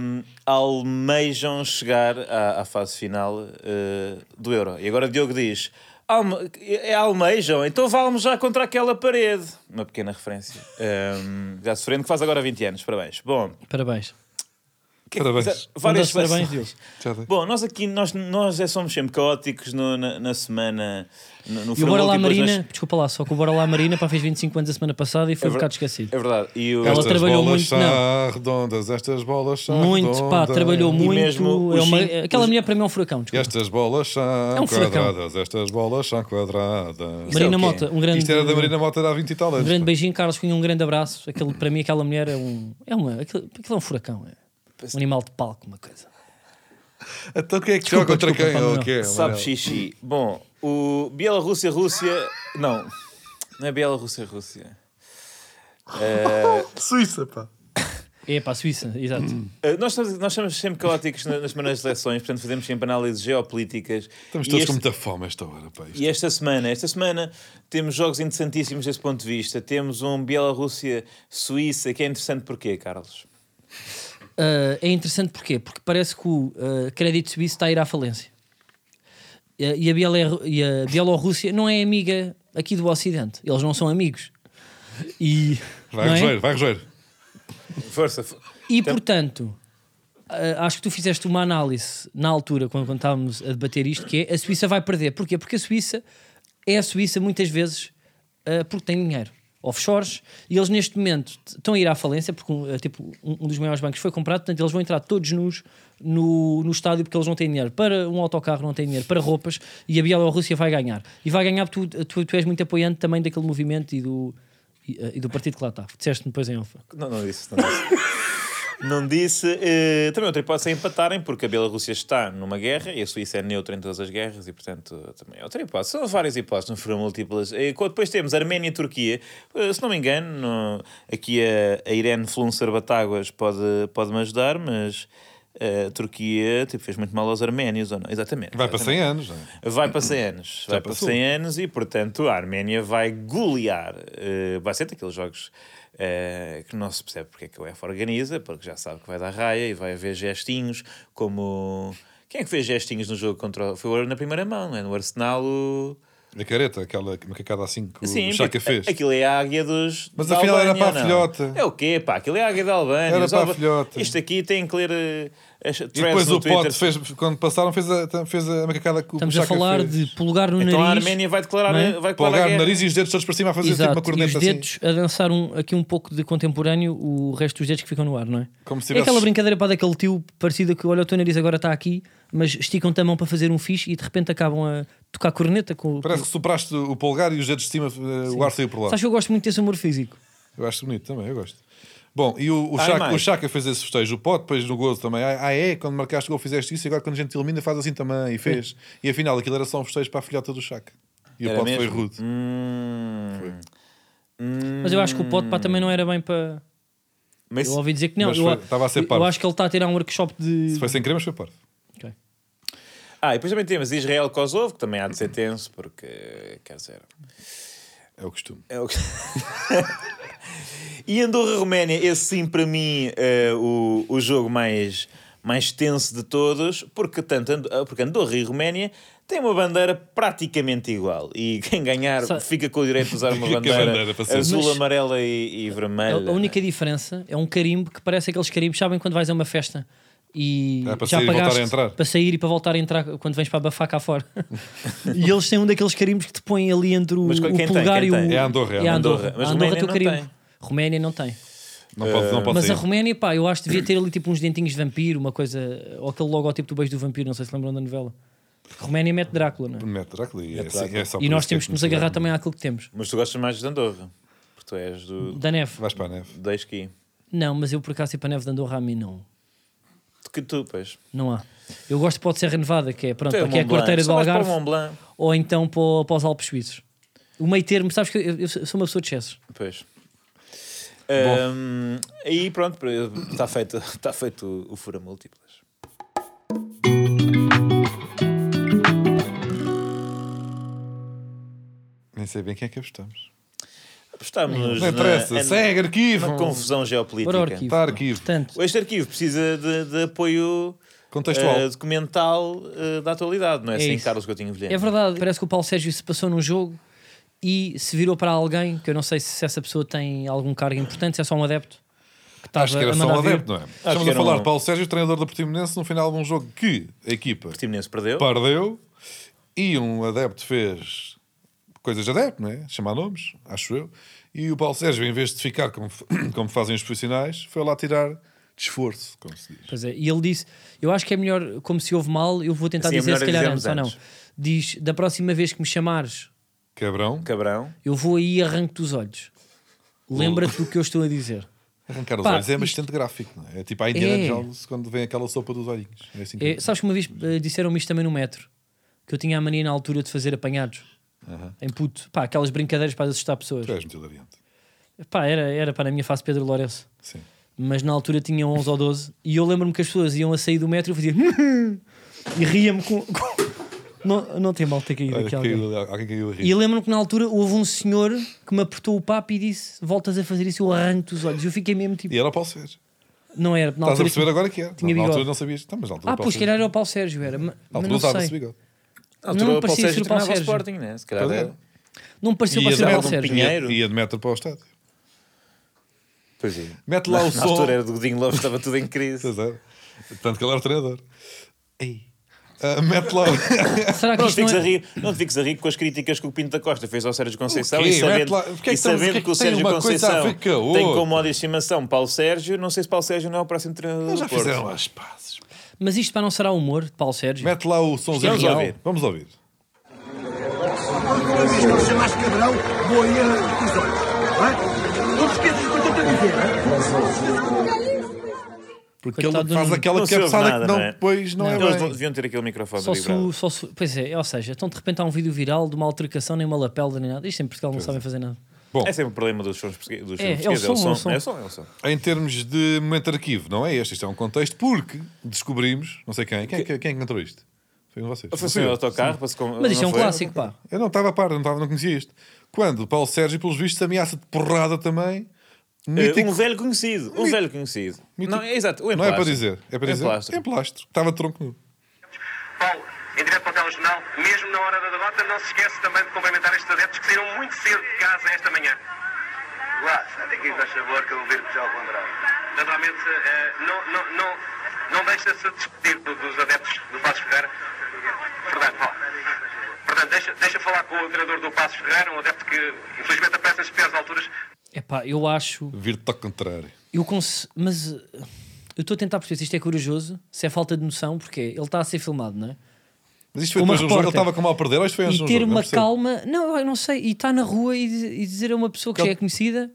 C: almejam chegar à, à fase final eh, do Euro. E agora Diogo diz: "Alme- é almejam, então vamos já contra aquela parede. Uma pequena referência. Eh, já sofrendo, que faz agora 20 anos, parabéns. Bom. então,
A: Parabéns.
B: Parabéns.
C: Várias
A: Vamos dar os parabéns,
C: seleções.
B: Já dei.
C: Bom, nós aqui nós, nós é somos sempre caóticos no- na, na semana. No, no
A: E o Bora
C: frumul,
A: Lá
C: e depois
A: Marina,
C: nas-
A: desculpa lá, só que o Bora Lá Marina pá, fez 25 anos a semana passada e foi um bocado esquecido.
C: É verdade. E, o,
A: Ela
B: estas
A: trabalhou
B: bolas
A: muito,
B: são
A: não.
B: redondas, estas bolas são
A: Muito, pá,
B: redondas.
A: trabalhou muito.
C: mesmo
A: é
C: os
A: uma-
C: gin-
A: aquela
C: os-
A: mulher para mim é um furacão, desculpa.
B: Estas bolas são
A: É um furacão.
B: quadradas, estas bolas são quadradas.
C: é
A: Marina
C: o quê?
A: Mota, um grande,
B: Isto era da Marina Mota de há 20 e tal é
A: um
B: anos.
A: grande beijinho, Carlos Cunha, um grande abraço. Aquele, para mim, aquela mulher é um. É uma, aquilo, aquilo é um furacão, é um animal de palco, uma coisa.
B: Então quem é que
A: Desculpa,
B: joga contra
A: desculpa,
B: quem?
A: pá,
B: Ou
A: não.
B: o quê?
C: Sabe xixi. Bom, o Bielorrússia, Rússia. Não, não é Eh, Bielorrússia, Rússia.
B: Suíça, pá.
A: É para a Suíça, exato.
C: Uh, nós, estamos- nós somos sempre caóticos na- nas semanas de seleções, portanto fazemos sempre análises geopolíticas.
B: Estamos
C: E
B: todos
C: este-
B: com muita fome esta hora, pá. Isto
C: E esta semana, esta semana temos jogos interessantíssimos desse ponto de vista. Temos um Bielorrússia-Suíça, que é interessante porquê, Carlos?
A: Uh, é interessante porquê? Porque parece que o uh, crédito suíço está a ir à falência. E e a, Bieler- e a Bielorrússia não é amiga aqui do Ocidente. Eles não são amigos. E,
B: Vai,
A: não é?
B: Roger, vai, Roger.
C: Força. f-
A: E portanto, uh, acho que tu fizeste uma análise na altura, quando, quando estávamos a debater isto, que é a Suíça vai perder. Porquê? Porque a Suíça é a Suíça muitas vezes uh, porque tem dinheiro. Offshores, e eles neste momento t- estão a ir à falência porque um, uh, tipo, um um dos maiores bancos foi comprado, portanto eles vão entrar todos nus no, no estádio porque eles não têm dinheiro para um autocarro, não têm dinheiro para roupas e a Bielorrússia vai ganhar. E vai ganhar porque tu, tu, tu és muito apoiante também daquele movimento e do, e, uh, e do partido que lá está. Disseste-me depois em off.
C: Não, não disse, não disse. Não disse. Eh, também outra hipótese é empatarem, porque a Bielorrússia está numa guerra e a Suíça é neutra em todas as guerras, e portanto também é outra hipótese. São várias hipóteses, não foram múltiplas. Eh, co- depois temos Arménia e Turquia. Eh, se não me engano, no- aqui a, a Irene Fluncer Batáguas pode, pode me ajudar, mas eh, a Turquia tipo, fez muito mal aos arménios, ou não? Exatamente.
B: Vai para
C: exatamente.
B: 100 anos, não é?
C: Vai para 100 anos. vai para
B: passou.
C: 100 anos e, portanto, a Arménia vai golear. Eh, vai ser daqueles jogos eh, que não se percebe porque é que a UEFA organiza, porque já sabe que vai dar raia e vai haver gestinhos como. Quem é que fez gestinhos no jogo contra. o- Foi o- na primeira mão, não é? No Arsenal o.
B: Na careta, aquela macacada assim que
C: Sim,
B: o Chaka
C: porque
B: fez.
C: Aquilo é a águia dos.
B: Mas
C: da
B: afinal era
C: Albânia,
B: para a
C: ou não?
B: filhota.
C: É o quê, pá? Aquilo é a águia da Albânia.
B: Era
C: Os
B: para a
C: Alba-
B: filhota.
C: Isto aqui tem que ler eh, as threads
B: E depois
C: no
B: o
C: Twitter.
B: pote fez, quando passaram, fez a, fez a macacada que o
A: Estamos a
B: Chaka
A: falar
B: fez.
A: de polegar no
C: Então a
A: nariz.
C: Arménia vai declarar,
A: não é?
C: vai declarar
B: Polgar
C: guerra.
B: no nariz e os dedos todos para cima a fazer tipo
A: Exato,
B: uma
A: e os
B: corneta assim.
A: dedos a dançar um, aqui um pouco de contemporâneo, o resto dos dedos que ficam no ar, não é?
B: Como se
A: É aquela
B: tivesses-
A: brincadeira para daquele tio parecido que olha o teu nariz agora está aqui, mas esticam-te a mão para fazer um fixe e de repente acabam a tocar corneta com
B: Parece que sopraste o polegar e os dedos de cima, eh, o ar saiu por lá.
A: Sabes que eu gosto muito desse humor físico.
B: Eu acho bonito também, eu gosto. Bom, e o, o,
C: Ai,
B: Chaka,
C: mãe.
B: o Chaka fez esse festejo, o Pote depois no gozo também. Ah, ah, é? Quando marcaste gol fizeste isso e agora quando a gente te elimina faz assim também. E fez. E afinal aquilo era só um festejo para a filhota do Chaka. E
C: Era
B: o Pote foi
C: mesmo?
B: rude.
C: Hum. Hum.
A: Mas eu acho que o pote pá, também não era bem para.
C: Mas
A: Eu ouvi dizer que não.
B: Mas
A: eu,
B: foi- estava a ser
A: eu
B: parvo.
A: acho que ele está a tirar um workshop de.
B: Se foi sem creme, mas foi parvo.
A: Ok.
C: Ah, e depois também temos Israel Kosovo, que também há de ser tenso, porque quer dizer.
B: É o costume.
C: É o que- e Andorra-Roménia, esse sim, para mim, é o, o jogo mais, mais tenso de todos, porque, tanto Ando- ah, porque Andorra e Roménia têm uma bandeira praticamente igual. E quem ganhar
A: Sa-
C: fica com o direito de usar uma
B: Que
C: bandeira,
B: bandeira, para ser
C: azul,
A: Mas-
C: amarela e, e
A: A,
C: vermelha.
A: a única diferença é um carimbo que parece aqueles carimbos, sabem quando vais a uma festa e
B: É para
A: já
B: sair e voltar
A: pagaste
B: a entrar.
A: para sair e para voltar a entrar quando vens para abafar cá fora. e eles têm um daqueles carimbos que te põem ali entre o,
C: Mas qual-
A: o
C: quem tem?
A: polegar
C: Quem
A: e o.
C: tem?
B: É a Andorra, é a
A: a
C: Andorra.
A: Andorra.
C: Mas
A: a Andorra
C: Roménia
A: tem o
C: não
A: carimbo.
C: tem.
A: Roménia não tem.
B: Não pode, não pode
A: Mas
B: sair.
A: a Roménia, pá, eu acho que devia ter ali tipo uns dentinhos de vampiro, uma coisa. Ou aquele logotipo do beijo do vampiro, não sei se lembram da novela. Porque Roménia mete Drácula, não é?
B: Mete Drácula e é,
C: Drácula.
B: é só
A: E nós
B: por isso que é
A: temos que nos
B: conhecida.
A: agarrar também àquilo que temos.
C: Mas tu gostas mais de Andorra, porque tu és do,
A: Da neve.
B: Vais para a neve.
C: do esqui.
A: Não, mas eu por acaso ir para a neve de Andorra a mim não.
C: De que tu, pois.
A: Não há. Eu gosto pode ser renovada, que é, pronto,
C: Tu és
A: aqui é a
C: Mont Blanc.
A: quarteira do
C: Só vais para o
A: Algarve,
C: Mont Blanc.
A: ou então para, o- para os Alpes Suíços. O meio termo, sabes que eu, eu sou uma pessoa de excessos.
C: Pois. Ahm, aí pronto, está feito, tá feito o- o fura múltiplas.
B: Nem sei bem quem é que apostamos.
C: Estamos
B: Não interessa,
C: na,
B: segue, arquivo.
C: na confusão
A: Para o
C: geopolítica.
A: arquivo.
B: Está arquivo.
A: Portanto,
C: Este arquivo precisa de, de apoio
B: Contextual.
C: eh, documental eh, da atualidade, não é?
A: É
C: Sem
A: isso.
C: Carlos Coutinho Vilhena.
A: é verdade, parece que o Paulo Sérgio se passou num jogo e se virou para alguém, que eu não sei se essa pessoa tem algum cargo importante, se é só um adepto. Que estava
B: Acho que
A: Tá,
B: era
A: a
B: só
A: mandar
B: um
A: vir.
B: adepto, não é? Estamos
C: que
B: a
C: era
B: falar
C: um-
B: de Paulo Sérgio, treinador do Portimonense, no final de um jogo que a equipa
C: O Portimonense perdeu.
B: perdeu e um adepto fez coisas de adepto, não é? Chamar nomes, acho eu. E o Paulo Sérgio, em vez de ficar como, f- como fazem os profissionais, foi lá tirar de esforço, como se diz.
A: Pois é, e ele disse: Eu acho que é melhor, como se houve mal, eu vou tentar
C: Sim, é
A: dizer
C: melhor
A: se calhar
C: dizermos
A: antes ou não.
C: antes.
A: Diz: Da próxima vez que me chamares,
B: Cabrão,
C: Cabrão.
A: eu vou aí e arranco-te os olhos. Lembra-te do que eu estou a dizer.
B: arrancar os
A: Pá,
B: olhos é
A: isto-
B: bastante gráfico, não é? É tipo a Indiana
A: É.
B: Jones quando vem aquela sopa dos olhinhos. É assim que
A: É, sabes que uma vez eh, disseram-me isto também no metro? Que eu tinha a mania na altura de fazer apanhados. Em puto. Pá, aquelas brincadeiras para assustar pessoas.
B: tu és muito hilariante.
A: Pá, era, era para a minha face Pedro Lourenço.
B: Sim.
A: Mas na altura tinha 11 ou 12 e eu lembro-me que as pessoas iam a sair do metro e eu fazia... e ria-me com... com- Não, não tem mal ter caído
B: Olha,
A: aqui alguém.
B: caiu, ali- alguém caiu a rir.
A: E eu lembro-me que na altura houve um senhor que me apertou o papo e disse: Voltas a fazer isso, eu arranco-te os olhos. Eu fiquei mesmo tipo.
B: E era o Paulo Sérgio.
A: Não era. Na
B: Estás a
A: altura,
B: perceber agora que era.
A: tinha
B: na
A: bigode.
B: altura não sabias. Tá, mas na altura
A: Ah,
B: o Paulo
A: pois, se
B: Sérgio-
A: calhar era o Paulo Sérgio, era. Mas,
B: Na
A: mas
B: altura
A: não
B: usava-se
A: sei.
B: bigode.
C: Na
A: Não,
C: altura o Paulo
A: parecia
C: Sérgio
A: ser o Paulo
C: treinava o
A: Sérgio.
C: Sporting, né? Se calhar
B: Pois
C: era.
B: é.
A: Não me pareceu para
B: Ia
A: ser o
B: de
A: Paulo
B: metro-
A: Sérgio.
C: Pinheiro.
B: Ia de metro para o estádio.
C: Pois é.
B: Mete lá
C: na,
B: o
C: na
B: som.
C: altura era do Godinho Lopes, estava tudo em crise.
B: Pois é. Tanto que ele era o treinador. Ah, mete lá.
A: Será que
C: Não
A: isto
C: te,
A: não
C: fiques a
A: é...
C: rir, não te fiques a rir com as críticas que o Pinto da Costa fez ao Sérgio Conceição
B: O quê?
C: e sabendo,
B: Mete lá- porque é que
C: e
B: estamos-
C: sabendo
B: porque é
C: que,
B: que
C: o
B: tem
C: Sérgio
B: uma coisa a
C: Conceição
B: ver com a outra?
C: tem como modo de estimação Paulo Sérgio. Não sei se Paulo Sérgio não é o próximo treinador
B: Eles já
C: do Porto.
B: fizeram as pazes.
A: Mas isto para não será humor de Paulo Sérgio?
B: Mete lá o somzinho.
C: Vamos ouvir.
B: Vamos ouvir.
D: Uma vez que me chamaste cabrão, vou aí a os olhos. Não é? Não te esqueças do que eu estou a dizer. Não é?
B: Porque
A: Coitado
B: ele
A: do
B: faz
A: Nuno.
B: aquela
C: Não se ouve
B: cabeçada
C: nada,
B: que não,
C: não é?
B: depois não, é
C: Eles
B: bem.
C: não deviam ter aquele microfone
A: Só se,
C: vibrado.
A: o- só se- Pois é, ou seja, então de repente há um vídeo viral de uma altercação, nem uma lapela, nem nada. Isto em Portugal não sabem fazer nada.
B: Bom,
C: É sempre o problema dos sons portugueses. Dos
A: É,
C: filmes
A: é o
C: portugueses,
A: som,
C: É
A: é
C: o
A: o
C: som, é o som.
B: em termos de momento de arquivo, não é este. Isto é um contexto porque descobrimos, não sei quem, quem, quem, quem encontrou isto? Foi um de vocês.
C: Foi
B: Não
C: assim,
B: fui eu.
C: o autocarro, para se com-
A: Mas isto
C: não
A: é um
C: foi?
A: clássico, pá.
B: Eu não estava a par, não, estava, não conhecia isto. Quando o Paulo Sérgio, pelos vistos, ameaça de porrada também.
C: Eh,
B: Mítico
C: Um velho conhecido, um velho conhecido.
B: Mítico.
C: Não, é exato, o
B: Não é para
C: emplastro.
B: dizer, é para
C: O
B: dizer.
C: emplastro.
B: Em plástico. Estava de tronco nu.
E: Paulo, em direto para o telejornal, mesmo na hora da derrota, não se esquece também de cumprimentar estes adeptos que saíram muito cedo de casa esta manhã. Lá, sai daqui, faz favor, que eu vou ver-te já ao contrário. Naturalmente, eh, não, não, não, não deixa-se despedir do- dos adeptos do Passos Ferreira. Portanto, Paulo, portanto deixa, deixa falar com o treinador do Passos Ferreira, um adepto que, infelizmente, aparece nas piores alturas.
A: Epá, eu acho.
B: Vir-te ao contrário.
A: Eu conse... Mas uh, eu estou a tentar perceber se isto é corajoso, se é falta de noção, porque ele está a ser filmado, não é?
B: Mas isto foi
A: Uma
B: depois de um jogo, ele
A: repórter.
B: estava com mal a perder, ou isto foi antes de
A: E
B: um
A: ter
B: jogo? Não
A: uma
B: percebo.
A: calma, não, eu não sei, e está na rua e, diz- e dizer a uma pessoa que
B: Cal-
A: já é conhecida: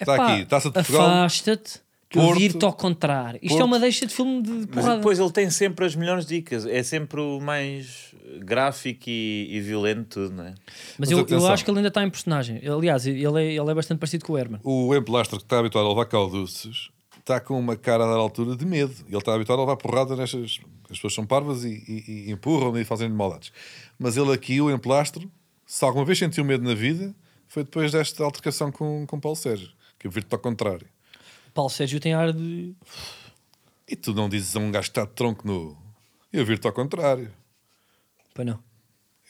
B: Está
A: "Epá,
B: aqui, Taça de Portugal,
A: afasta-te, que eu
B: Porto,
A: vir-te ao contrário. Isto é
B: Porto.
A: uma deixa de filme de de
C: Mas
A: porrada.
C: depois ele tem sempre as melhores dicas. É sempre o mais gráfico e, e violento, tudo, não é?
A: Mas
B: Mas
A: eu, eu
B: atenção.
A: acho que ele ainda está em personagem. Aliás, ele é, ele é bastante parecido com o Herman.
B: O emplastro que está habituado a levar calduces está com uma cara a dar altura de medo. Ele está habituado a levar porrada nestas. As pessoas são parvas e, e- e empurram e fazem maldades. Mas ele aqui, o emplastro, se alguma vez sentiu medo na vida, foi depois desta altercação com, com Paulo Sérgio, que eu vir-te ao contrário.
A: O Paulo Sérgio tem ar de.
B: E tu não dizes a um gajo que está de tronco nu. Eu vir-te ao contrário.
A: Pá, não.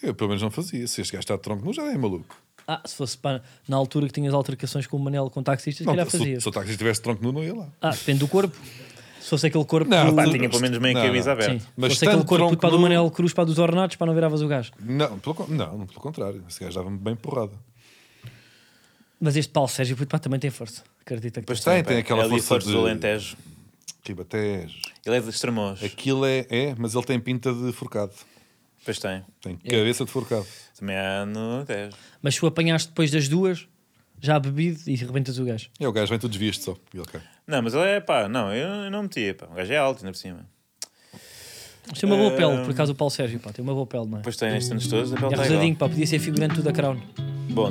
B: Eu pelo menos não fazia. Se este gajo está de tronco nu, já é maluco.
A: Ah, se fosse para, na altura que tinhas altercações com o Manel com taxistas, se
B: Não,
A: calhar
B: se,
A: fazias.
B: o- se o táxi estivesse de tronco nu, não ia lá.
A: Ah, depende do corpo. Se fosse aquele corpo.
B: Não,
A: do-
B: pá,
C: Tinha pelo menos meio
B: Não,
C: camisa
B: não.
C: aberta.
A: Sim.
B: Mas
A: se fosse aquele
B: tanto
A: corpo
B: tronco
A: para do
B: nu-
A: Manel Cruz, para dos Ornatos, para não viravas o gajo.
B: Não, pelo, con- não, pelo contrário. Esse gajo dava-me bem porrada.
A: Mas este Paulo Sérgio puto, pá, também tem força. Acredita que
C: Pois
B: tem,
C: tem,
B: tem
C: pá.
B: aquela
C: Ele e
B: força
C: Fortes
B: de-
C: É do Alentejo.
B: Ribatejo.
C: Ele é de extremos.
B: Aquilo é, é, mas ele tem pinta de forcado.
C: Pois tem.
B: Tem cabeça de forcado.
C: Também há no Alentejo.
A: Mas se o apanhaste depois das duas, já bebido e rebentas o gajo.
B: É o gajo, vem tu desviaste só. E ele cai.
C: Não, mas ele é pá, não, eu, eu não metia, pá. O gajo é alto ainda por cima.
A: Isto tem é uma boa pele, por acaso o Paulo Sérgio, pá, tem uma boa pele, não é?
C: Depois tem estes anos todos, a pele tá
A: É
C: está
A: rosadinho, pá,
C: igual.
A: podia ser figurante do da Crown.
C: Bom,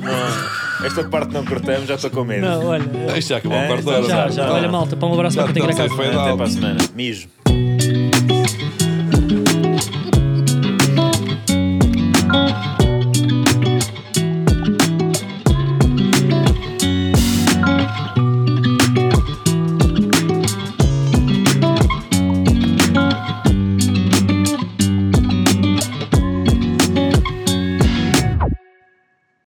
C: não, esta parte não cortamos, já estou com medo.
A: Não, olha.
B: Isto já acabou
C: É,
B: um quarto de
C: então
B: hora.
A: Já,
B: não é?
A: já.
C: Não.
A: Olha, malta, para um abraço,
B: Já
A: para que eu tenho que ir a
B: estamos
A: casa.
B: a- Foi
C: Até
B: da
C: para a
B: alma.
C: semana. Mijo.